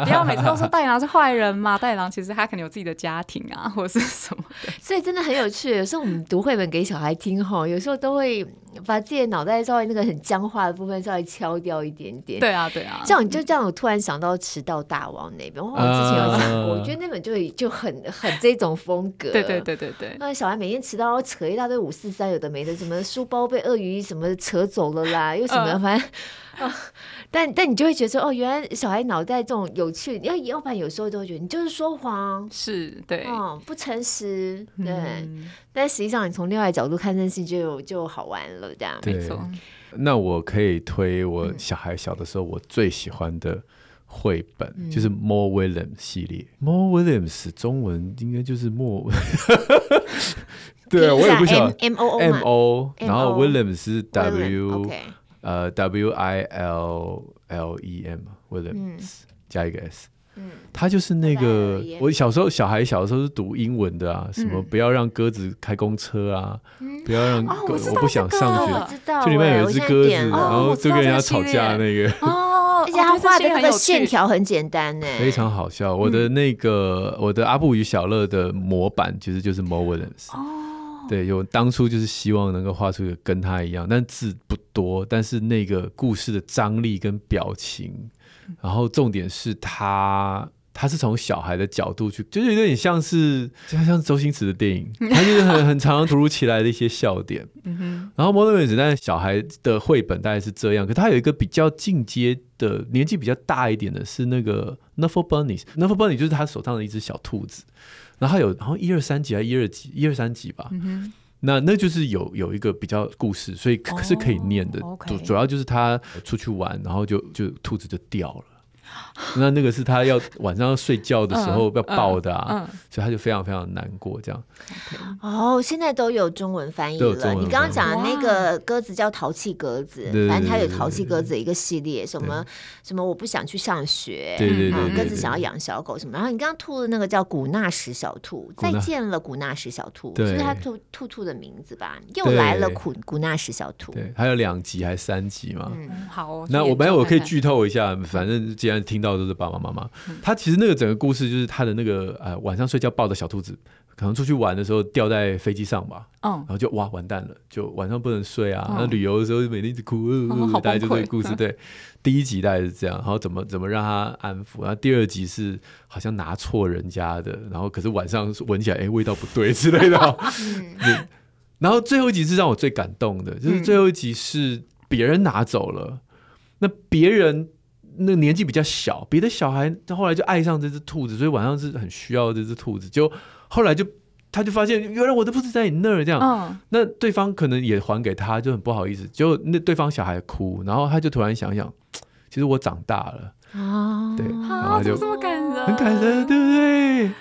Speaker 3: 不要每次都说大野狼是坏人嘛，大野狼其实他可能有自己的家庭啊，或者是什么。
Speaker 1: 所以真的很有趣。有时候我们读绘本给小孩听吼，有时候都会把自己的脑袋稍微那个很僵化的部分稍微敲掉一点点。
Speaker 3: 对啊，对啊，
Speaker 1: 这样你就这样，我突然想到《迟到大王》那本，我好像之前有讲过，
Speaker 2: 啊
Speaker 1: 我觉得那本就就很很这种风格。
Speaker 3: 嗯对对。对对对。
Speaker 1: 那小孩每天迟到，然后扯一大堆五四三，有的没的，什么书包被鳄鱼什么扯走了啦，又什么，
Speaker 3: 嗯
Speaker 1: 反正。啊但但你就会觉得说，哦，原来小孩脑袋这种有趣，要要不然有时候都会觉得你就是说谎，
Speaker 3: 是对，
Speaker 1: 哦，不诚实，对。
Speaker 3: 嗯
Speaker 1: 但实际上，你从另外角度看这件事情就就好玩了，这样。
Speaker 2: 对
Speaker 3: 没错，
Speaker 2: 那我可以推我小孩小的时候我最喜欢的绘本，就是 Mo Williams 系列。Mo Williams 中文应该就是 莫，对，啊我也不晓得。
Speaker 1: M 啊，M，M O O
Speaker 2: M
Speaker 1: 嘛
Speaker 2: O，然
Speaker 1: M
Speaker 2: 后
Speaker 1: O
Speaker 2: Williams 是 W，
Speaker 1: OK，
Speaker 2: 呃 W I L L E M Williams 加一个 S。他
Speaker 1: 嗯
Speaker 2: 就是那
Speaker 1: W I
Speaker 2: 个
Speaker 1: L E M
Speaker 2: 我小时候小孩小的时候是读英文的啊，什么
Speaker 1: 嗯
Speaker 2: 不要让鸽子开公车啊，不要让
Speaker 3: 哦
Speaker 2: 鸽
Speaker 3: 我知
Speaker 2: 我
Speaker 3: 道
Speaker 2: 不想
Speaker 3: 这个
Speaker 2: 上学
Speaker 1: 我知道欸，
Speaker 2: 就里面有
Speaker 1: 我
Speaker 2: 一只
Speaker 1: 现在
Speaker 2: 鸽子，
Speaker 1: 点哦了
Speaker 2: 然后就跟人家吵架那个，
Speaker 3: 哦，
Speaker 1: 而且他
Speaker 3: 哦对这
Speaker 1: 画
Speaker 3: 些
Speaker 1: 的那
Speaker 3: 很
Speaker 1: 个
Speaker 3: 有趣
Speaker 1: 线条很简单欸呢，
Speaker 2: 非常好笑。我的那个我的阿布与小乐的模板其实就是 Mo Williams。对，
Speaker 3: 哦
Speaker 2: 我当初就是希望能够画出一个跟他一样，但字不多，但是那个故事的张力跟表情，然后重点是他。他是从小孩的角度去，就是有点像是，就像周星驰的电影，他就是很很常常突如其来的一些笑点。
Speaker 3: 嗯
Speaker 2: 然后《摩登原子弹》小孩的绘本大概是这样，可它有一个比较进阶的，年纪比较大一点的是那个 n u f f l Bunnies。n u f f l Bunny 就是他手上的一只小兔子，然后它有然后一二三集还是一二集一二三集吧。
Speaker 3: 嗯
Speaker 2: 那那就是有有一个比较故事，所以可
Speaker 3: 哦
Speaker 2: 是可以念的。
Speaker 3: OK
Speaker 2: 主主要就是他呃出去玩，然后就就兔子就掉 了。那那个是他要晚上要睡觉的时候
Speaker 3: 嗯
Speaker 2: 要抱的啊，
Speaker 3: 嗯，
Speaker 2: 所以他就非常非常难过这样。
Speaker 1: 哦，现在都有中文翻译
Speaker 2: 都有中
Speaker 1: 了。
Speaker 2: 文
Speaker 1: 你刚刚讲的
Speaker 3: 翻译
Speaker 1: 那个鸽子叫淘气鸽子
Speaker 2: 对对，
Speaker 1: 反正它有
Speaker 2: 对对
Speaker 1: 淘气鸽子的一个系列，什么什么我不想去上学，
Speaker 2: 对对对
Speaker 1: 嗯
Speaker 2: 对
Speaker 1: 鸽
Speaker 2: 对
Speaker 1: 子想要养小狗什么。然后你刚刚吐的那个叫古纳什小兔，
Speaker 2: 古纳
Speaker 1: 再见了古纳什小兔，
Speaker 2: 对
Speaker 1: 是它兔兔兔的名字吧？又
Speaker 2: 对
Speaker 1: 来了古古纳什小兔，
Speaker 2: 对，还有两集还是三集嘛？
Speaker 3: 嗯好哦。
Speaker 2: 那
Speaker 3: 去
Speaker 2: 我
Speaker 3: 研
Speaker 2: 没
Speaker 3: 究
Speaker 2: 有，我可以
Speaker 3: 看看
Speaker 2: 剧透一下，反正既然听到都是爸爸妈妈，
Speaker 3: 嗯
Speaker 2: 他其实那个整个故事就是他的那个呃晚上睡觉抱的小兔子，可能出去玩的时候掉在飞机上吧，
Speaker 3: 嗯
Speaker 2: 然，后就哇完蛋了，就晚上不能睡啊，
Speaker 3: 嗯
Speaker 2: 那旅游的时候每天一直哭，呃
Speaker 3: 哦好
Speaker 2: 大概就这
Speaker 3: 崩
Speaker 2: 个
Speaker 3: 溃
Speaker 2: 故事。
Speaker 3: 嗯
Speaker 2: 对，第一集大概是这样，然后怎么怎么让他安抚，然后第二集是好像拿错人家的，然后可是晚上闻起来哎、味道不对之类的哦，
Speaker 1: 嗯
Speaker 2: 对然后最后一集是让我最感动的，
Speaker 3: 嗯
Speaker 2: 就是最后一集是别人拿走了，那别人。那年纪比较小，别的小孩后来就爱上这只兔子，所以晚上是很需要这只兔子。就后来就他就发现，原来我的兔子在你那儿这样。
Speaker 3: 嗯，
Speaker 2: 那对方可能也还给他，就很不好意思。就那对方小孩哭，然后他就突然想一想，其实我长大了，
Speaker 1: 啊，
Speaker 2: 对然后
Speaker 3: 啊，怎
Speaker 2: 就
Speaker 3: 么这么感人？
Speaker 2: 很感人，对不对？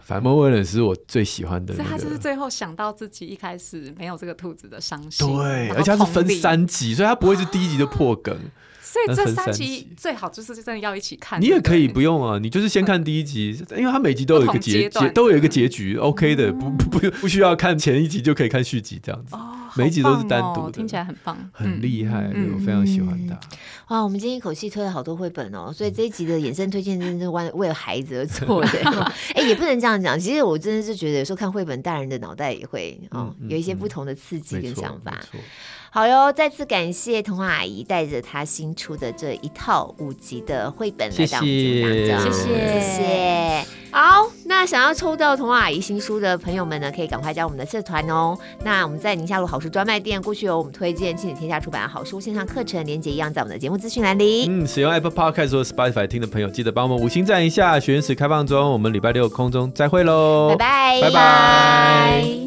Speaker 2: 反正威廉是我最喜欢的
Speaker 3: 所以
Speaker 2: 那
Speaker 3: 他就是
Speaker 2: 个。
Speaker 3: 最后想到自己一开始没有这个兔子的伤心，
Speaker 2: 对，
Speaker 3: 然后
Speaker 2: 而且他是分
Speaker 3: 同理，
Speaker 2: 三集，所以他不会是第一集就破梗。
Speaker 3: 所以这
Speaker 2: 分
Speaker 3: 三
Speaker 2: 三
Speaker 3: 集
Speaker 2: 集
Speaker 3: 最好就是真的要一起看。
Speaker 2: 你也
Speaker 3: 对对
Speaker 2: 可以不用啊，你就是先看第一集，因为他每集都有一个
Speaker 3: 不同
Speaker 2: 结
Speaker 3: 阶段嗯
Speaker 2: 结，都有一个结局，OK 的，不不不不需要看前一集就可以看续集这样子。
Speaker 3: 哦，
Speaker 2: 每一集都是单
Speaker 3: 好棒
Speaker 2: 独
Speaker 3: 哦
Speaker 2: 的，
Speaker 3: 听起来很棒，
Speaker 2: 很
Speaker 3: 嗯
Speaker 2: 厉害，
Speaker 3: 嗯
Speaker 2: 我非常喜欢他。
Speaker 1: 啊哇，我们今天一口气推了好多绘本哦，
Speaker 2: 嗯
Speaker 1: 所以这一集的衍生推荐真的是为为了孩子而 做的。哎、也不能这样讲，其实我真的是觉得有时候看绘本，大人的脑袋也会哦、
Speaker 2: 嗯嗯
Speaker 1: 有一些不同的刺激
Speaker 2: 没
Speaker 1: 跟
Speaker 2: 错，
Speaker 1: 想法
Speaker 2: 没。错。
Speaker 1: 好哟，再次感谢童话阿姨带着她新出的这一套五集的绘本来到我们节目当中，
Speaker 2: 谢
Speaker 1: 谢
Speaker 2: 谢
Speaker 1: 谢。好，那想要抽到童话阿姨新书的朋友们呢，可以赶快加入我们的社团哦。那我们在宁夏路好书专卖店，过去有我们推荐亲子天下出版的好书线上课程，连接一样在我们的节目资讯栏里。
Speaker 2: 嗯，使用 Apple Podcast 或 Spotify 听的朋友，记得帮我们五星哦赞一下。学院史开放中，我们礼拜六空中再会喽，
Speaker 1: 拜拜，
Speaker 2: 拜拜。